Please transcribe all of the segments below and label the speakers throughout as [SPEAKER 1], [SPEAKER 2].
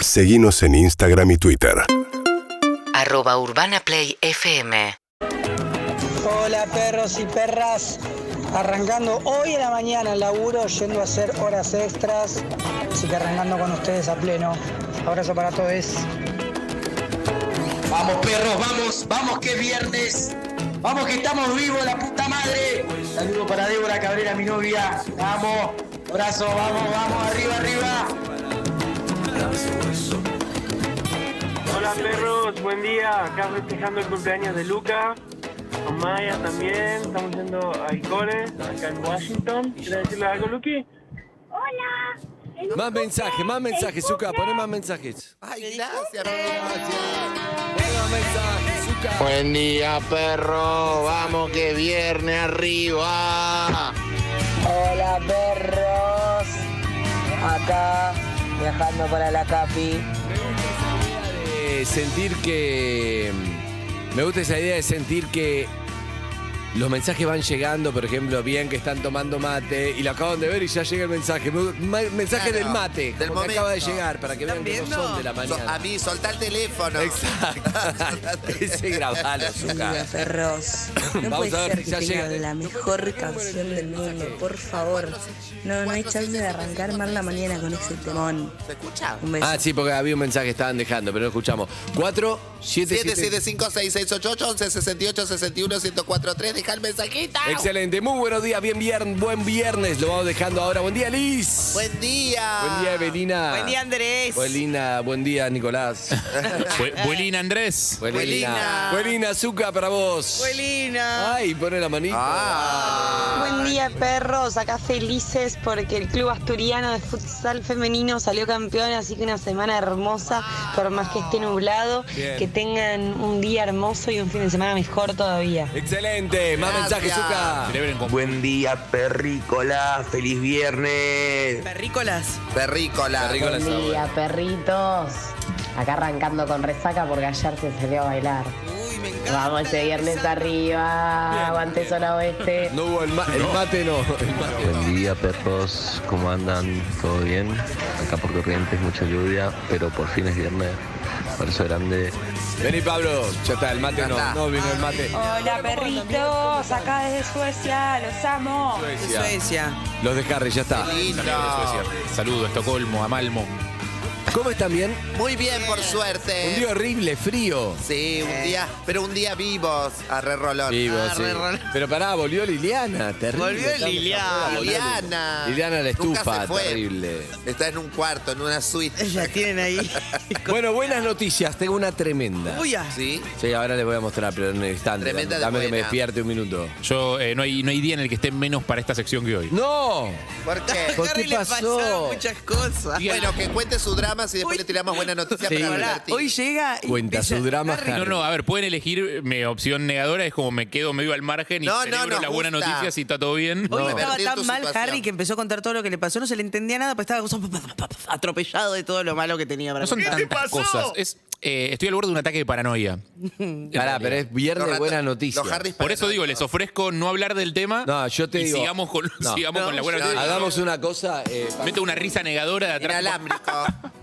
[SPEAKER 1] Seguimos en Instagram y Twitter.
[SPEAKER 2] arroba urbanaplayfm
[SPEAKER 3] Hola perros y perras, arrancando hoy en la mañana el laburo, yendo a hacer horas extras, así que arrancando con ustedes a pleno. Abrazo para todos.
[SPEAKER 4] Vamos perros, vamos, vamos que es viernes. Vamos que estamos vivos, la puta madre. Saludo para Débora Cabrera, mi novia. Vamos, abrazo, vamos, vamos, arriba, arriba.
[SPEAKER 5] Hola perros, buen día. Acá festejando el cumpleaños de Luca. Con Maya también. Estamos yendo al cole, acá en Washington. ¿Quieres decirle algo, Luqui?
[SPEAKER 6] Hola.
[SPEAKER 7] Más mensajes, más mensajes, Zuka, poné más mensajes.
[SPEAKER 6] Ay,
[SPEAKER 7] Poné
[SPEAKER 6] gracias,
[SPEAKER 7] más mensajes, Zuka.
[SPEAKER 8] Buen día, perro. Vamos que viernes arriba.
[SPEAKER 3] Hola perros, acá viajando para la Capi.
[SPEAKER 7] Eh, sentir que. mm, Me gusta esa idea de sentir que. Los mensajes van llegando, por ejemplo, bien que están tomando mate y lo acaban de ver y ya llega el mensaje. Me- ma- Mensaje
[SPEAKER 6] Claro,
[SPEAKER 7] del mate, como
[SPEAKER 6] del
[SPEAKER 7] que
[SPEAKER 6] momento.
[SPEAKER 7] acaba de llegar, para que vean
[SPEAKER 6] ¿Están
[SPEAKER 7] que no
[SPEAKER 6] viendo?
[SPEAKER 7] son de la
[SPEAKER 6] So- a
[SPEAKER 7] mañana.
[SPEAKER 6] mí, soltá el teléfono.
[SPEAKER 7] Exacto. Ese grabalo, Zuka.
[SPEAKER 9] Ferros. No
[SPEAKER 7] Vamos
[SPEAKER 9] puede
[SPEAKER 7] a ver
[SPEAKER 9] ser
[SPEAKER 7] si ya
[SPEAKER 9] que
[SPEAKER 7] llega.
[SPEAKER 9] tengan la mejor canción del mundo, por favor. No, no hay chance de arrancar mal la mañana con ese temón.
[SPEAKER 6] ¿Se escucha?
[SPEAKER 9] Un beso.
[SPEAKER 7] Ah, sí, porque había un mensaje que estaban dejando, pero no escuchamos. 4, 7, 7.
[SPEAKER 6] 775 6688 1168 61 1043 Deja el mensajito.
[SPEAKER 7] Excelente, muy buenos días, bien viernes, buen viernes, lo vamos dejando ahora. Buen día, Liz.
[SPEAKER 6] Buen día.
[SPEAKER 7] Buen día, Evelina.
[SPEAKER 10] Buen día, Andrés.
[SPEAKER 7] Buen día, buen día, Nicolás.
[SPEAKER 8] Buelina Andrés.
[SPEAKER 7] Buelina.
[SPEAKER 6] Buelina.
[SPEAKER 7] Buelina, azúcar para vos.
[SPEAKER 10] Buelina.
[SPEAKER 7] Ay, pone la manita.
[SPEAKER 6] Ah.
[SPEAKER 3] Buen día perros, acá felices porque el club asturiano de futsal femenino salió campeón, así que una semana hermosa, por más que esté nublado,
[SPEAKER 7] Bien.
[SPEAKER 3] que tengan un día hermoso y un fin de semana mejor todavía.
[SPEAKER 7] Excelente, más
[SPEAKER 6] Gracias.
[SPEAKER 7] mensajes, Zuka.
[SPEAKER 8] Buen día, perrícola. Feliz viernes.
[SPEAKER 10] Perrícolas.
[SPEAKER 6] Perrícola.
[SPEAKER 7] Perrícola. Buen día,
[SPEAKER 9] perritos. Acá arrancando con resaca porque ayer se salió a bailar.
[SPEAKER 10] Uy, me encanta.
[SPEAKER 9] Vamos ese viernes arriba.
[SPEAKER 7] Bien,
[SPEAKER 9] Aguante
[SPEAKER 7] bien.
[SPEAKER 9] zona oeste.
[SPEAKER 7] No hubo el, ma- el mate, no. El mate.
[SPEAKER 8] Buen día, perros. ¿Cómo andan? ¿Todo bien? Acá por Corrientes mucha lluvia, pero por fin es viernes. Verso grande.
[SPEAKER 7] Vení, Pablo. Ya está, el mate
[SPEAKER 6] Ya
[SPEAKER 7] no.
[SPEAKER 6] está. Ah.
[SPEAKER 7] No vino el mate.
[SPEAKER 9] Hola perritos, acá desde Suecia, los amo.
[SPEAKER 7] Suecia.
[SPEAKER 10] Suecia.
[SPEAKER 7] Los de Harry, ya está.
[SPEAKER 6] Lindo.
[SPEAKER 8] Saludos a Estocolmo, a Malmo.
[SPEAKER 7] ¿Cómo están bien?
[SPEAKER 6] Muy bien, por
[SPEAKER 7] Un día
[SPEAKER 6] suerte.
[SPEAKER 7] horrible, frío.
[SPEAKER 6] Sí, un día, pero un día vivos. Arre Rolón.
[SPEAKER 7] Vivo,
[SPEAKER 10] Ah,
[SPEAKER 7] sí.
[SPEAKER 10] re, re.
[SPEAKER 7] Pero pará, volvió Liliana, terrible.
[SPEAKER 10] Volvió
[SPEAKER 7] Estamos
[SPEAKER 10] Liliana.
[SPEAKER 7] afuera, boludo.
[SPEAKER 6] Liliana.
[SPEAKER 7] Liliana la
[SPEAKER 6] Nunca
[SPEAKER 7] estufa,
[SPEAKER 6] se fue.
[SPEAKER 7] terrible.
[SPEAKER 6] Está en un cuarto, en una suite.
[SPEAKER 10] La tienen ahí.
[SPEAKER 7] Bueno, buenas noticias, tengo una tremenda.
[SPEAKER 10] Uy, ah.
[SPEAKER 6] ¿Sí?
[SPEAKER 7] Sí, ahora les voy a mostrar, pero en un instante.
[SPEAKER 6] Tremenda
[SPEAKER 7] dame dame que
[SPEAKER 6] de
[SPEAKER 7] me
[SPEAKER 6] buena.
[SPEAKER 7] despierte un minuto.
[SPEAKER 8] Yo, eh, no, hay, no hay día en el que esté menos para esta sección que hoy.
[SPEAKER 7] ¡No!
[SPEAKER 6] ¿Por qué?
[SPEAKER 7] ¿Por
[SPEAKER 10] Harry
[SPEAKER 7] qué
[SPEAKER 10] le
[SPEAKER 7] pasó?
[SPEAKER 10] pasaron muchas cosas.
[SPEAKER 6] Bueno, que cuente su drama si después le tiramos buena noticia
[SPEAKER 7] Sí.
[SPEAKER 6] para
[SPEAKER 7] Pará,
[SPEAKER 10] Pará,
[SPEAKER 6] divertir.
[SPEAKER 10] hoy llega y
[SPEAKER 7] Cuenta
[SPEAKER 10] empieza
[SPEAKER 7] su drama,
[SPEAKER 10] Harry.
[SPEAKER 7] Harry.
[SPEAKER 8] No, no, a ver, pueden elegir eh, mi opción negadora, es como me quedo medio al margen y
[SPEAKER 6] No, no,
[SPEAKER 8] celebro
[SPEAKER 6] nos
[SPEAKER 8] la buena
[SPEAKER 6] gusta.
[SPEAKER 8] noticia si está todo bien.
[SPEAKER 10] Hoy
[SPEAKER 6] No.
[SPEAKER 10] estaba
[SPEAKER 6] Revertir
[SPEAKER 10] tan
[SPEAKER 6] tu
[SPEAKER 10] mal
[SPEAKER 6] situación.
[SPEAKER 10] Harry que empezó a contar todo lo que le pasó, no se le entendía nada, pero estaba atropellado de todo lo malo que tenía para
[SPEAKER 8] No son
[SPEAKER 10] contar.
[SPEAKER 8] tantas cosas. Es, eh, estoy al borde de un ataque de paranoia.
[SPEAKER 7] Pará, pero es viernes
[SPEAKER 6] Los ratos-
[SPEAKER 7] buena noticia.
[SPEAKER 6] los Harrys
[SPEAKER 8] Por eso digo, les ofrezco no hablar del tema
[SPEAKER 7] No, yo te
[SPEAKER 8] y
[SPEAKER 7] digo-
[SPEAKER 8] sigamos con,
[SPEAKER 7] No.
[SPEAKER 8] sigamos con la buena
[SPEAKER 6] No,
[SPEAKER 8] noticia.
[SPEAKER 7] Hagamos una cosa. eh, pa-
[SPEAKER 8] Mete una risa negadora de atrás.
[SPEAKER 6] Inalámbrico.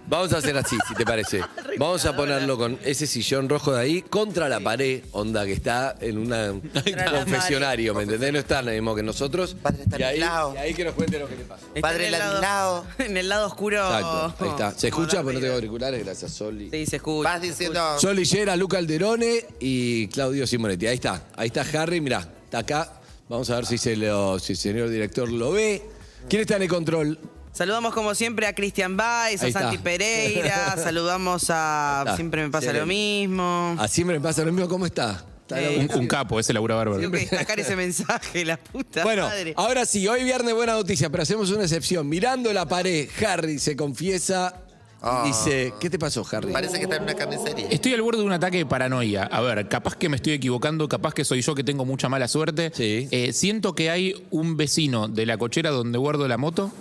[SPEAKER 7] Vamos a hacer así, si te parece. Vamos a ponerlo con ese sillón rojo de ahí contra la pared, onda que está en una- un
[SPEAKER 10] la
[SPEAKER 7] confesionario, ¿me entendés? No está en el mismo que nosotros.
[SPEAKER 6] Padre, está
[SPEAKER 7] y, ahí,
[SPEAKER 6] nublado.
[SPEAKER 7] y ahí que nos cuente lo que le pasó.
[SPEAKER 10] Está
[SPEAKER 6] Padre
[SPEAKER 10] en el lado-
[SPEAKER 6] Ladislao.
[SPEAKER 10] En el lado oscuro.
[SPEAKER 7] Exacto, ahí está. ¿Se escucha? Porque no tengo
[SPEAKER 10] Darth
[SPEAKER 7] auriculares, gracias, Soli.
[SPEAKER 10] Vader. Sí, se escucha.
[SPEAKER 6] Vas diciendo.
[SPEAKER 7] Sol Lillera, Luca Alderone y Claudio Simonetti. Ahí está, ahí está Harry, mirá, está acá. Vamos a ver si, se lo, si el señor director lo ve. ¿Quién está en el control?
[SPEAKER 10] Saludamos como siempre a Cristian Baez,
[SPEAKER 7] Ahí
[SPEAKER 10] a
[SPEAKER 7] está.
[SPEAKER 10] Santi Pereira, saludamos a...
[SPEAKER 7] Ahí está.
[SPEAKER 10] Siempre me pasa lo
[SPEAKER 7] Excelente.
[SPEAKER 10] mismo.
[SPEAKER 7] Así me pasa lo mismo, ¿cómo está? ¿Está
[SPEAKER 10] Eh,
[SPEAKER 8] Un, un capo, ese labura bárbaro.
[SPEAKER 10] Tengo que destacar ese mensaje, la puta
[SPEAKER 7] Bueno,
[SPEAKER 10] madre.
[SPEAKER 7] ahora sí, hoy viernes buena noticia, pero hacemos una excepción. Mirando la pared, Harry se confiesa
[SPEAKER 6] Ah.
[SPEAKER 7] y dice, ¿qué te pasó, Harry?
[SPEAKER 6] Parece que está en una carnicería.
[SPEAKER 8] Estoy al borde de un ataque de paranoia. A ver, capaz que me estoy equivocando, capaz que soy yo que tengo mucha mala suerte.
[SPEAKER 7] Sí.
[SPEAKER 8] Eh, siento que hay un vecino de la cochera donde guardo la moto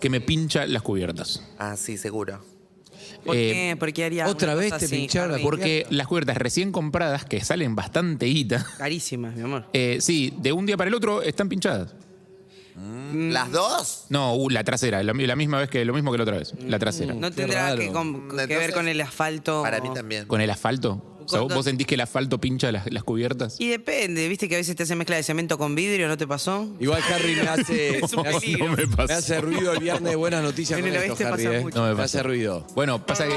[SPEAKER 8] que me pincha las cubiertas.
[SPEAKER 6] Ah, sí, seguro.
[SPEAKER 10] ¿Por
[SPEAKER 8] Eh,
[SPEAKER 10] qué? ¿Por qué haría
[SPEAKER 7] ¿otra
[SPEAKER 10] una
[SPEAKER 7] vez
[SPEAKER 10] cosa
[SPEAKER 7] te
[SPEAKER 10] así,
[SPEAKER 7] pincharon la
[SPEAKER 10] Harry?
[SPEAKER 7] puerta?
[SPEAKER 8] Porque las cubiertas recién compradas, que salen bastante guita,
[SPEAKER 10] Carísimas, mi amor.
[SPEAKER 8] eh, sí, de un día para el otro están pinchadas.
[SPEAKER 6] ¿Las dos?
[SPEAKER 8] No, uh, la trasera, la, la misma vez que lo mismo que la otra vez, la trasera.
[SPEAKER 7] Uh,
[SPEAKER 10] No tendrá que, con- que ver con el asfalto. Para mí también.
[SPEAKER 8] ¿Con el asfalto? O sea,
[SPEAKER 10] Con-
[SPEAKER 8] ¿Vos sentís que el asfalto pincha las, las cubiertas?
[SPEAKER 10] Y depende, viste que a veces te hacen mezcla de cemento con vidrio, ¿no te pasó?
[SPEAKER 7] Igual Harry me hace,
[SPEAKER 10] Es un
[SPEAKER 7] me, hace,
[SPEAKER 10] peligro.
[SPEAKER 8] me pasó.
[SPEAKER 7] me hace ruido el viernes de buenas noticias.
[SPEAKER 8] En
[SPEAKER 7] con
[SPEAKER 8] el
[SPEAKER 7] esto,
[SPEAKER 8] oeste
[SPEAKER 7] Harry,
[SPEAKER 8] pasa
[SPEAKER 7] eh.
[SPEAKER 8] mucho. No, me
[SPEAKER 7] me
[SPEAKER 8] pasa.
[SPEAKER 7] hace ruido.
[SPEAKER 8] Bueno, pasa que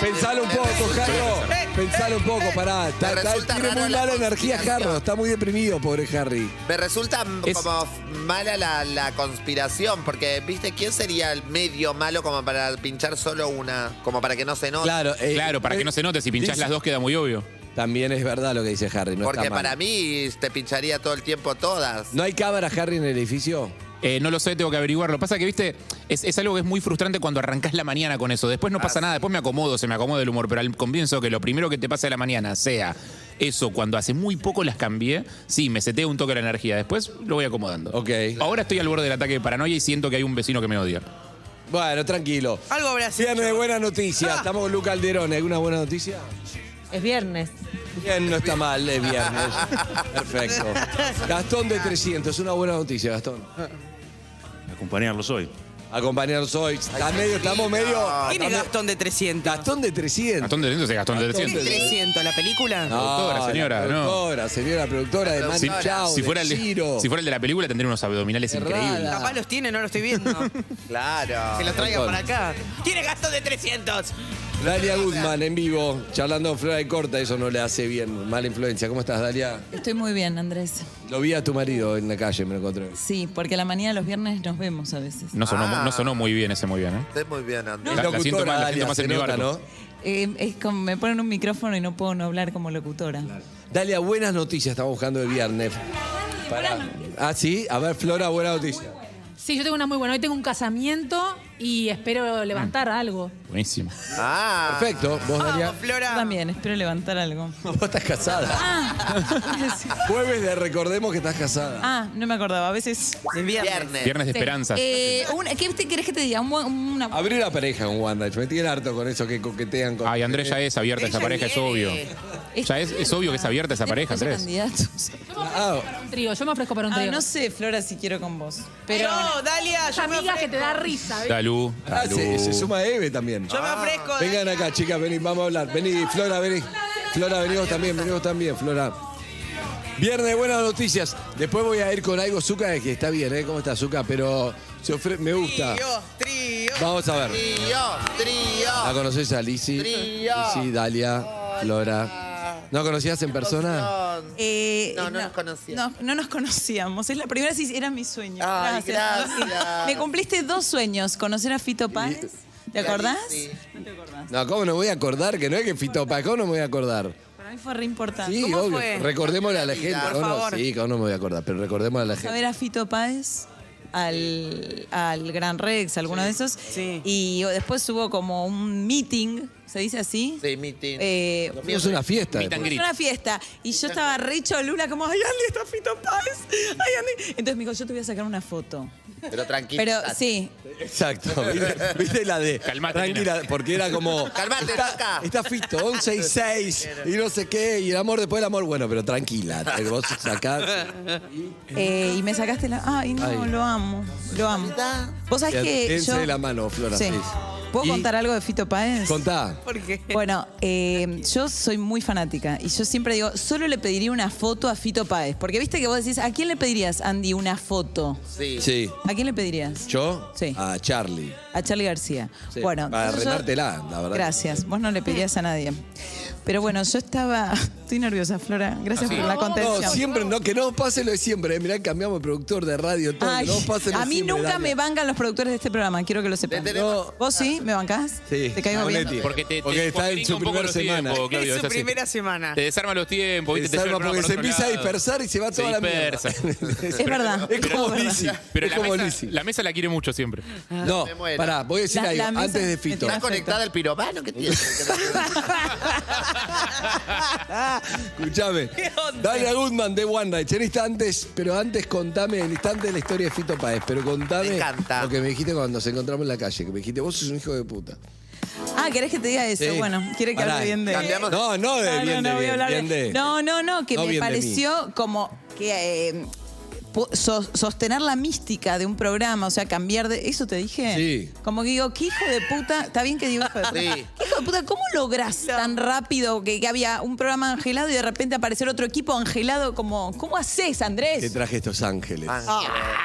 [SPEAKER 7] Pensalo un poco,
[SPEAKER 6] Eh,
[SPEAKER 7] Jarro. Pensalo un poco, pará. Está- está-
[SPEAKER 6] resulta
[SPEAKER 7] tiene
[SPEAKER 6] raro
[SPEAKER 7] muy
[SPEAKER 6] la
[SPEAKER 7] mala energía, Jarro. Está muy deprimido, pobre Harry.
[SPEAKER 6] Me resulta m- como f- mala la, la conspiración, porque, ¿viste? ¿Quién sería el medio malo como para pinchar solo una? Como para que no se note.
[SPEAKER 7] eh,
[SPEAKER 8] Claro, para que no se note, si pinchás
[SPEAKER 7] dice-
[SPEAKER 8] las dos queda muy obvio.
[SPEAKER 7] También es verdad lo que dice Harry. No
[SPEAKER 6] porque
[SPEAKER 7] está mal.
[SPEAKER 6] para mí te pincharía todo el tiempo todas.
[SPEAKER 7] ¿No hay cámara, Harry, en el edificio?
[SPEAKER 8] Eh, no lo sé, tengo que averiguarlo. Pasa que, viste, es, es algo que es muy frustrante cuando arrancás la mañana con eso. Después no
[SPEAKER 7] Ah,
[SPEAKER 8] pasa nada, después me acomodo, se me acomoda el humor, pero al comienzo que lo primero que te pasa de la mañana sea eso, cuando hace muy poco las cambié, sí, me seteo un toque la energía, después lo voy acomodando.
[SPEAKER 7] Ok.
[SPEAKER 8] Ahora estoy al borde del ataque de paranoia y siento que hay un vecino que me odia.
[SPEAKER 7] Bueno, tranquilo. Ah.
[SPEAKER 10] Algo habrás
[SPEAKER 7] Viernes de buenas noticias. Estamos con Luca Alderón. ¿Alguna buena noticia?
[SPEAKER 3] Es viernes.
[SPEAKER 7] Bien, no está mal, es viernes. Perfecto. Gastón de 300, una buena noticia, Gastón.
[SPEAKER 11] Acompañarlos hoy.
[SPEAKER 7] Acompañarnos hoy. Está medio- estamos medio.
[SPEAKER 10] Ah, ¿Quién es Gastón de 300?
[SPEAKER 7] Gastón de 300.
[SPEAKER 8] Gastón de 300 es Gastón de
[SPEAKER 10] ¿Quién es 300? ¿La película?
[SPEAKER 8] Productora, señora,
[SPEAKER 7] la
[SPEAKER 8] no.
[SPEAKER 7] productora, señora productora de Man
[SPEAKER 8] Si,
[SPEAKER 7] Chao,
[SPEAKER 8] si
[SPEAKER 7] Ah, de
[SPEAKER 8] fuera el,
[SPEAKER 7] Giro.
[SPEAKER 8] si fuera el de la película tendría unos abdominales increíbles.
[SPEAKER 10] Capaz los tiene, no lo estoy viendo.
[SPEAKER 6] Claro.
[SPEAKER 10] Que lo traigan para acá. ¿Tiene Gastón de 300?
[SPEAKER 7] Dalia Guzmán en vivo, charlando con Flora y Corta, eso no le hace bien, mala influencia. ¿Cómo estás, Dalia?
[SPEAKER 3] Estoy muy bien, Andrés.
[SPEAKER 7] Lo vi a tu marido en la calle, me lo encontré.
[SPEAKER 3] Sí, porque la mañana de los viernes nos vemos a veces.
[SPEAKER 8] No sonó,
[SPEAKER 7] Ah.
[SPEAKER 8] no sonó muy bien ese muy bien, ¿eh?
[SPEAKER 6] Estoy muy bien, Andrés.
[SPEAKER 8] La- la siento más, la siento
[SPEAKER 7] Dalia,
[SPEAKER 8] más
[SPEAKER 7] se
[SPEAKER 8] en mi
[SPEAKER 7] nota,
[SPEAKER 8] barco.
[SPEAKER 7] ¿no?
[SPEAKER 3] Eh, es como me ponen un micrófono y no puedo no hablar como locutora.
[SPEAKER 7] Dalia, buenas noticias estamos buscando de viernes. Pará. Ah, sí, a ver, Flora, buena noticia.
[SPEAKER 12] Sí, yo tengo una muy buena. Hoy tengo un casamiento y espero levantar algo.
[SPEAKER 8] Buenísimo.
[SPEAKER 6] Ah.
[SPEAKER 7] Perfecto, vos, Dalia.
[SPEAKER 3] Flora. También, espero levantar algo.
[SPEAKER 7] Vos estás casada. Jueves de recordemos que estás casada.
[SPEAKER 3] Ah, no me acordaba. A veces.
[SPEAKER 7] El viernes. Viernes. Viernes de
[SPEAKER 3] Sí.
[SPEAKER 7] esperanzas.
[SPEAKER 3] Eh, una- ¿Qué te querés que te diga? Un buen- una-
[SPEAKER 7] Abrir la pareja con Wanda, me tiene harto con eso que coquetean con.
[SPEAKER 8] Ay, Andrés, ya es abierta esa pareja, es obvio. Ya es, es obvio que es abierta esa pareja, Andrés.
[SPEAKER 3] Candidatos.
[SPEAKER 7] Ah,
[SPEAKER 12] Un trío, yo me ofrezco para un
[SPEAKER 3] Ah,
[SPEAKER 12] trío.
[SPEAKER 3] no sé, Flora, si quiero con vos. Pero.
[SPEAKER 10] No, Dalia, yo me
[SPEAKER 12] Amiga que te da
[SPEAKER 10] ofrezco.
[SPEAKER 12] risa. ¿ves?
[SPEAKER 8] Dalu.
[SPEAKER 7] Ah, se, se suma Eve también.
[SPEAKER 10] Yo me ofrezco,
[SPEAKER 7] Vengan acá, chicas, vení, vamos a hablar. Vení, Flora, vení. Flora, venimos también, venimos también, Flora. Viernes de buenas noticias. Después voy a ir con algo, Zuka, que está bien, ¿eh? ¿Cómo está Zuka? Pero se ofre- me gusta. Vamos a ver.
[SPEAKER 6] Trío,
[SPEAKER 7] ¿La
[SPEAKER 6] trío.
[SPEAKER 7] conoces a Lizzy?
[SPEAKER 6] Trío.
[SPEAKER 7] Lizzy, Dalia, Flora. ¿No conocías en persona?
[SPEAKER 3] Eh,
[SPEAKER 6] No, no nos conocíamos.
[SPEAKER 3] No, no nos conocíamos. Es la primera sí era mi sueño.
[SPEAKER 6] Ay, gracias.
[SPEAKER 3] Me cumpliste dos sueños, conocer a Fito Páez. ¿Te acordás?
[SPEAKER 7] No, ¿cómo no voy a acordar? Que no es que Fito Páez, ¿cómo no me voy a acordar?
[SPEAKER 3] Para mí fue re importante.
[SPEAKER 7] Sí, obvio. Recordémosle a la gente.
[SPEAKER 3] Por
[SPEAKER 7] ¿cómo no?
[SPEAKER 3] favor.
[SPEAKER 7] Sí, ¿cómo no me voy a acordar? Pero recordémosle a la gente.
[SPEAKER 3] A ver a Fito Páez. Al, al Gran Rex, alguno de esos. Y después hubo como un meeting, ¿se dice así?
[SPEAKER 6] Sí, meeting.
[SPEAKER 3] Eh,
[SPEAKER 7] Fuimos a una fiesta.
[SPEAKER 3] Fue
[SPEAKER 7] después.
[SPEAKER 3] una fiesta. Y yo estaba re cholula, como, ay, Andy, está Fito Páez. Ay, Andy. Entonces me dijo, yo te voy a sacar una foto.
[SPEAKER 6] Pero tranquilo.
[SPEAKER 3] Pero sí,
[SPEAKER 7] Exacto, ¿viste, viste la de. tranquila, porque era como.
[SPEAKER 6] Calmate,
[SPEAKER 7] está,
[SPEAKER 6] loca.
[SPEAKER 7] está Fito, 11 y 6, y no sé qué, y el amor después del amor. Bueno, pero tranquila, te- vos sacás.
[SPEAKER 3] Eh, y me sacaste la. Ay, no,
[SPEAKER 7] Ay.
[SPEAKER 3] lo amo. Lo amo. Vos sabés que.
[SPEAKER 7] Tense
[SPEAKER 3] Yo...
[SPEAKER 7] la mano, Flora.
[SPEAKER 3] Sí.
[SPEAKER 7] Sí.
[SPEAKER 3] ¿Puedo
[SPEAKER 7] Y-
[SPEAKER 3] contar algo de Fito Páez?
[SPEAKER 7] Contá.
[SPEAKER 3] Bueno, eh, yo soy muy fanática y yo siempre digo, solo le pediría una foto a Fito Páez. Porque viste que vos decís, ¿a quién le pedirías, Andy, una foto?
[SPEAKER 6] Sí.
[SPEAKER 7] Sí.
[SPEAKER 3] ¿A quién le pedirías?
[SPEAKER 7] ¿Yo?
[SPEAKER 3] Sí.
[SPEAKER 7] A Charlie.
[SPEAKER 3] A Charlie García.
[SPEAKER 7] Sí,
[SPEAKER 3] Bueno,
[SPEAKER 7] Para
[SPEAKER 3] entonces yo-
[SPEAKER 7] remártela, la verdad.
[SPEAKER 3] Gracias. Vos no le pedías a nadie. Pero bueno, yo estaba. Estoy nerviosa, Flora. Gracias por la contención.
[SPEAKER 7] No, siempre, no, que no pase lo de siempre. eh. Mirá, cambiamos de productor de radio, todo.
[SPEAKER 3] Ay,
[SPEAKER 7] que no pase lo
[SPEAKER 3] a
[SPEAKER 7] de
[SPEAKER 3] mí
[SPEAKER 7] siempre,
[SPEAKER 3] nunca
[SPEAKER 7] Dalia.
[SPEAKER 3] me bancan los productores de este programa, quiero que lo sepan. ¿Vos sí? ¿Me bancás?
[SPEAKER 7] Sí,
[SPEAKER 3] ¿Te caigo bien?
[SPEAKER 7] ponete.
[SPEAKER 8] Porque te- te
[SPEAKER 7] Porque está en
[SPEAKER 8] posterga
[SPEAKER 7] su
[SPEAKER 8] un poco
[SPEAKER 7] primera
[SPEAKER 8] los
[SPEAKER 7] semana.
[SPEAKER 8] tiempos, Claudio, es así.
[SPEAKER 10] semana.
[SPEAKER 8] Te desarma los tiempos,
[SPEAKER 7] Se
[SPEAKER 8] ¿viste? Te lleva el
[SPEAKER 7] salva
[SPEAKER 8] programa
[SPEAKER 7] porque
[SPEAKER 8] por
[SPEAKER 7] se empieza
[SPEAKER 8] otro
[SPEAKER 7] a
[SPEAKER 8] lado.
[SPEAKER 7] dispersar y se va
[SPEAKER 8] Se
[SPEAKER 7] toda la mierda.
[SPEAKER 8] dispersa.
[SPEAKER 7] es
[SPEAKER 8] Pero-
[SPEAKER 3] verdad.
[SPEAKER 7] Es como
[SPEAKER 3] Pero-
[SPEAKER 7] Lizzy.
[SPEAKER 8] Pero
[SPEAKER 7] es
[SPEAKER 8] la
[SPEAKER 7] como
[SPEAKER 8] mesa,
[SPEAKER 7] Lizzy.
[SPEAKER 8] la mesa la quiere mucho siempre.
[SPEAKER 7] No,
[SPEAKER 6] Me muero.
[SPEAKER 7] pará, voy a decir
[SPEAKER 6] La-
[SPEAKER 7] algo
[SPEAKER 6] la mesa
[SPEAKER 7] antes de Fito.
[SPEAKER 6] ¿Está conectada el piromano? ¿Qué tiene?
[SPEAKER 7] Escuchame. Dalia Goodman de One Night. En instantes, pero antes contame el instante de la historia de Fito Paez. Pero contame lo que me dijiste cuando nos encontramos en la calle. Que me dijiste, vos sos un hijo de puta.
[SPEAKER 3] Ah, ¿querés que te diga eso?
[SPEAKER 7] Sí.
[SPEAKER 3] Bueno, quiere que
[SPEAKER 7] Pará,
[SPEAKER 3] hable bien de
[SPEAKER 7] cambiamos- No, no de bien de
[SPEAKER 3] voy a
[SPEAKER 7] bien,
[SPEAKER 3] hablar
[SPEAKER 7] bien de-
[SPEAKER 3] No, no, no, que
[SPEAKER 7] No
[SPEAKER 3] me
[SPEAKER 7] bien de mí.
[SPEAKER 3] pareció como que eh, po- so- sostener la mística de un programa, o sea, cambiar de. ¿Eso te dije?
[SPEAKER 7] Sí.
[SPEAKER 3] Como que digo, qué hijo de puta. Está bien que digo hijo de puta.
[SPEAKER 7] Sí.
[SPEAKER 3] ¿Qué hijo de puta, ¿cómo lográs tan rápido que, que había un programa angelado y de repente aparecer otro equipo angelado? Como, ¿Cómo haces, Andrés?
[SPEAKER 7] Te traje estos ángeles.
[SPEAKER 3] Ah.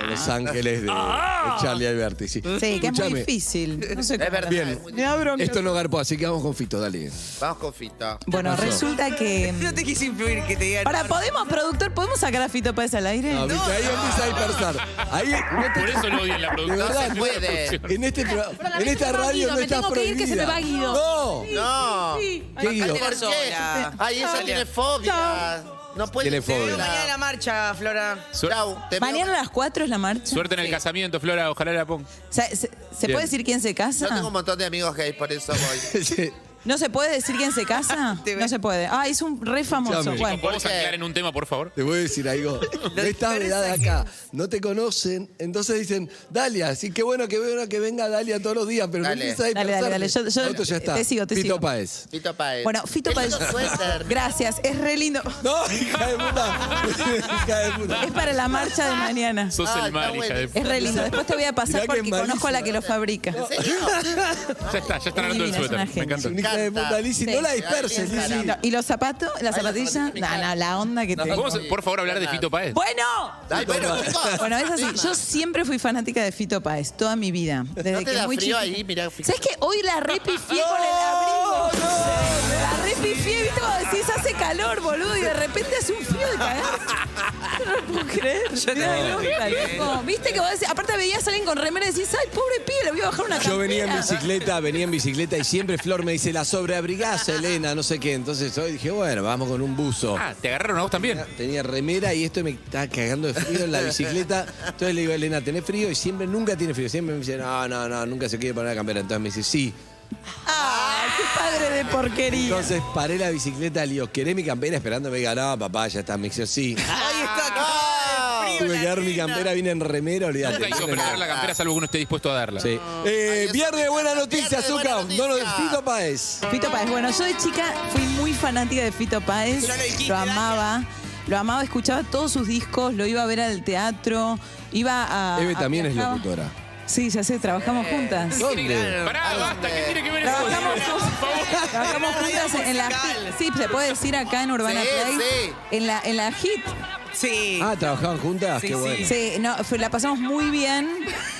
[SPEAKER 7] Con Los ángeles de, de Charlie Alberti. Sí,
[SPEAKER 3] Sí, que es muy
[SPEAKER 7] Escuchame.
[SPEAKER 3] difícil. No sé
[SPEAKER 6] Es
[SPEAKER 3] cómo
[SPEAKER 6] verdad,
[SPEAKER 7] Bien.
[SPEAKER 6] es
[SPEAKER 3] Me abro, me
[SPEAKER 7] Esto no garpó, así que vamos con Fito, dale.
[SPEAKER 6] Vamos con Fito.
[SPEAKER 3] Bueno,
[SPEAKER 7] pasó?
[SPEAKER 3] resulta que.
[SPEAKER 10] No te quise influir que te digan.
[SPEAKER 3] Para, ¿podemos, productor, podemos sacar a Fito Páez al aire?
[SPEAKER 7] No, Ah, viste, ahí empieza a dispersar. Ahí, no te-
[SPEAKER 11] Por eso lo odian la
[SPEAKER 7] De
[SPEAKER 11] producción.
[SPEAKER 7] verdad,
[SPEAKER 11] No se
[SPEAKER 7] no-
[SPEAKER 11] puede.
[SPEAKER 7] En, este, pro-
[SPEAKER 12] Pero la
[SPEAKER 7] en
[SPEAKER 12] gente
[SPEAKER 7] esta
[SPEAKER 12] se va,
[SPEAKER 7] radio
[SPEAKER 12] Guido,
[SPEAKER 7] no
[SPEAKER 12] me
[SPEAKER 7] estás
[SPEAKER 12] tengo que ir, que se me va,
[SPEAKER 7] prohibida.
[SPEAKER 12] Guido.
[SPEAKER 7] No.
[SPEAKER 12] Sí,
[SPEAKER 6] No.
[SPEAKER 12] sí.
[SPEAKER 7] ¿Qué Guido?
[SPEAKER 10] Por sola.
[SPEAKER 6] Ay, ella
[SPEAKER 10] Chao.
[SPEAKER 6] tiene fobia. No puede
[SPEAKER 7] Tiene
[SPEAKER 10] Te veo
[SPEAKER 7] fobia.
[SPEAKER 10] mañana en la marcha, Flora.
[SPEAKER 8] Suer-
[SPEAKER 6] Chau, te veo-
[SPEAKER 3] Mañana a las 4 es la marcha.
[SPEAKER 8] Suerte en el casamiento, Flora. Ojalá la ponga.
[SPEAKER 3] O sea, ¿Se, se
[SPEAKER 7] Bien.
[SPEAKER 3] puede decir quién se
[SPEAKER 6] Yo tengo un
[SPEAKER 3] casa?
[SPEAKER 6] montón de amigos gays, por eso voy.
[SPEAKER 7] Sí.
[SPEAKER 3] ¿No se puede decir quién se casa?
[SPEAKER 10] Te ve-
[SPEAKER 3] No se puede. Ah, es un re famoso.
[SPEAKER 7] Escuchame.
[SPEAKER 3] Bueno,
[SPEAKER 8] ¿Podemos
[SPEAKER 6] ¿Por qué?
[SPEAKER 8] aclarar en un tema, por favor?
[SPEAKER 7] Te voy a decir algo. No estás vedada acá. No te conocen. Entonces dicen, Dalia, sí, qué bueno que bueno que venga Dalia todos los días, pero no
[SPEAKER 6] Dale.
[SPEAKER 7] empieza a
[SPEAKER 3] Dale,
[SPEAKER 7] dispersarte.
[SPEAKER 3] dale, dale. Yo- yo-
[SPEAKER 7] Auto ya está.
[SPEAKER 3] te sigo, te
[SPEAKER 7] Fito
[SPEAKER 3] sigo.
[SPEAKER 7] Páez.
[SPEAKER 6] Fito Paez.
[SPEAKER 3] bueno Fito
[SPEAKER 6] Qué
[SPEAKER 3] Páez.
[SPEAKER 6] lindo suéter.
[SPEAKER 3] Gracias, es re lindo.
[SPEAKER 7] No, hija de puta. hija de puta.
[SPEAKER 3] Es para la marcha de mañana.
[SPEAKER 8] Sos
[SPEAKER 6] Ah,
[SPEAKER 8] el mal,
[SPEAKER 6] está
[SPEAKER 8] hija de
[SPEAKER 3] Es re lindo. Después te voy a pasar
[SPEAKER 7] Mirá que
[SPEAKER 3] porque
[SPEAKER 7] es
[SPEAKER 3] conozco a la
[SPEAKER 7] malísimo.
[SPEAKER 3] que lo fabrica.
[SPEAKER 6] ¿En serio?
[SPEAKER 8] Ya está, ya están hablando del
[SPEAKER 3] divina, es una genia.
[SPEAKER 8] suéter. Me
[SPEAKER 7] Es
[SPEAKER 8] encanta.
[SPEAKER 7] una hija de puta, Lizzy.
[SPEAKER 3] Sí.
[SPEAKER 7] No la disperses,
[SPEAKER 6] Dale,
[SPEAKER 7] Lizzy.
[SPEAKER 3] No, ¿Y los zapatos? ¿La
[SPEAKER 6] la
[SPEAKER 3] zapatilla?
[SPEAKER 6] zapatilla.
[SPEAKER 3] No, no, la onda que te.
[SPEAKER 8] ¿Podemos, por favor, hablar de Fito Paez?
[SPEAKER 3] ¡Bueno!
[SPEAKER 6] Ay, bueno, chicos.
[SPEAKER 3] Bueno, es así. Yo siempre fui fanática de Fito Páez, toda mi vida. Desde
[SPEAKER 6] ¿No te
[SPEAKER 3] que
[SPEAKER 6] da
[SPEAKER 3] muy
[SPEAKER 6] frío
[SPEAKER 3] chiquita.
[SPEAKER 6] ahí? Mirá, fíjate.
[SPEAKER 3] ¿Sabes qué? Hoy la repifié con el abrigo. La repifié, ¿viste? Cuando decís hace calor, boludo, y de repente hace un frío de cagar. No lo puedo creer. Mirá de loca, loco. ¿Viste que vos decís? Aparte veías a alguien con remera y decís, ay, pobre pibe, le voy a bajar una
[SPEAKER 7] Yo venía en
[SPEAKER 3] campera".
[SPEAKER 7] bicicleta, venía en bicicleta y siempre Flor me dice, la sobreabrigás, Elena, no sé qué. Entonces hoy dije, bueno, vamos con un buzo.
[SPEAKER 8] Ah, te agarraron a vos también.
[SPEAKER 7] Tenía remera y esto me estaba cagando de frío en la bicicleta. Entonces le digo, Elena, ¿tenés frío? Y siempre, nunca tiene frío. Siempre me dice, no, no, no, nunca se quiere poner la campera. Entonces me dice, sí.
[SPEAKER 3] ¡Ay, qué padre de porquería!
[SPEAKER 7] Entonces paré la bicicleta, le digo, ¿querés mi campera? Esperando, me diga, no, papá, ya está. Me dice, sí.
[SPEAKER 10] Ahí está. ah.
[SPEAKER 7] Tuve que dar mi
[SPEAKER 10] nena.
[SPEAKER 7] campera, vine en remera, olvídate.
[SPEAKER 8] Nunca hay que ofrecer la campera salvo que uno esté dispuesto a darla.
[SPEAKER 7] Sí. Eh,
[SPEAKER 6] Ay,
[SPEAKER 7] viernes de buena
[SPEAKER 6] Dios,
[SPEAKER 7] noticia,
[SPEAKER 6] viernes de buena
[SPEAKER 7] Zucca. No lo
[SPEAKER 6] noticia.
[SPEAKER 7] Fito Paez.
[SPEAKER 3] Fito Páez. Bueno, yo de chica fui muy fanática de Fito Páez.
[SPEAKER 10] Ya lo dijiste,
[SPEAKER 3] Lo amaba. Lo amaba, escuchaba todos sus discos, lo iba a ver al teatro, iba
[SPEAKER 10] Ah,
[SPEAKER 3] a...
[SPEAKER 7] Eve
[SPEAKER 3] a-
[SPEAKER 7] también es
[SPEAKER 3] viajaba.
[SPEAKER 7] locutora.
[SPEAKER 3] Sí, ya sé, trabajamos
[SPEAKER 10] Eh,
[SPEAKER 3] juntas.
[SPEAKER 7] ¿Dónde?
[SPEAKER 8] Pará, basta, ¿qué tiene que ver eso?
[SPEAKER 3] Trabajamos,
[SPEAKER 8] Por favor.
[SPEAKER 3] trabajamos juntas en la hit. Sí, se puede decir acá en Urbana
[SPEAKER 6] Sí,
[SPEAKER 3] Play.
[SPEAKER 6] sí.
[SPEAKER 3] En la, en la hit.
[SPEAKER 10] Sí.
[SPEAKER 7] Ah, ¿trabajaban juntas?
[SPEAKER 10] Sí,
[SPEAKER 7] Qué
[SPEAKER 10] sí.
[SPEAKER 7] bueno.
[SPEAKER 3] Sí, no, fue- la pasamos muy bien.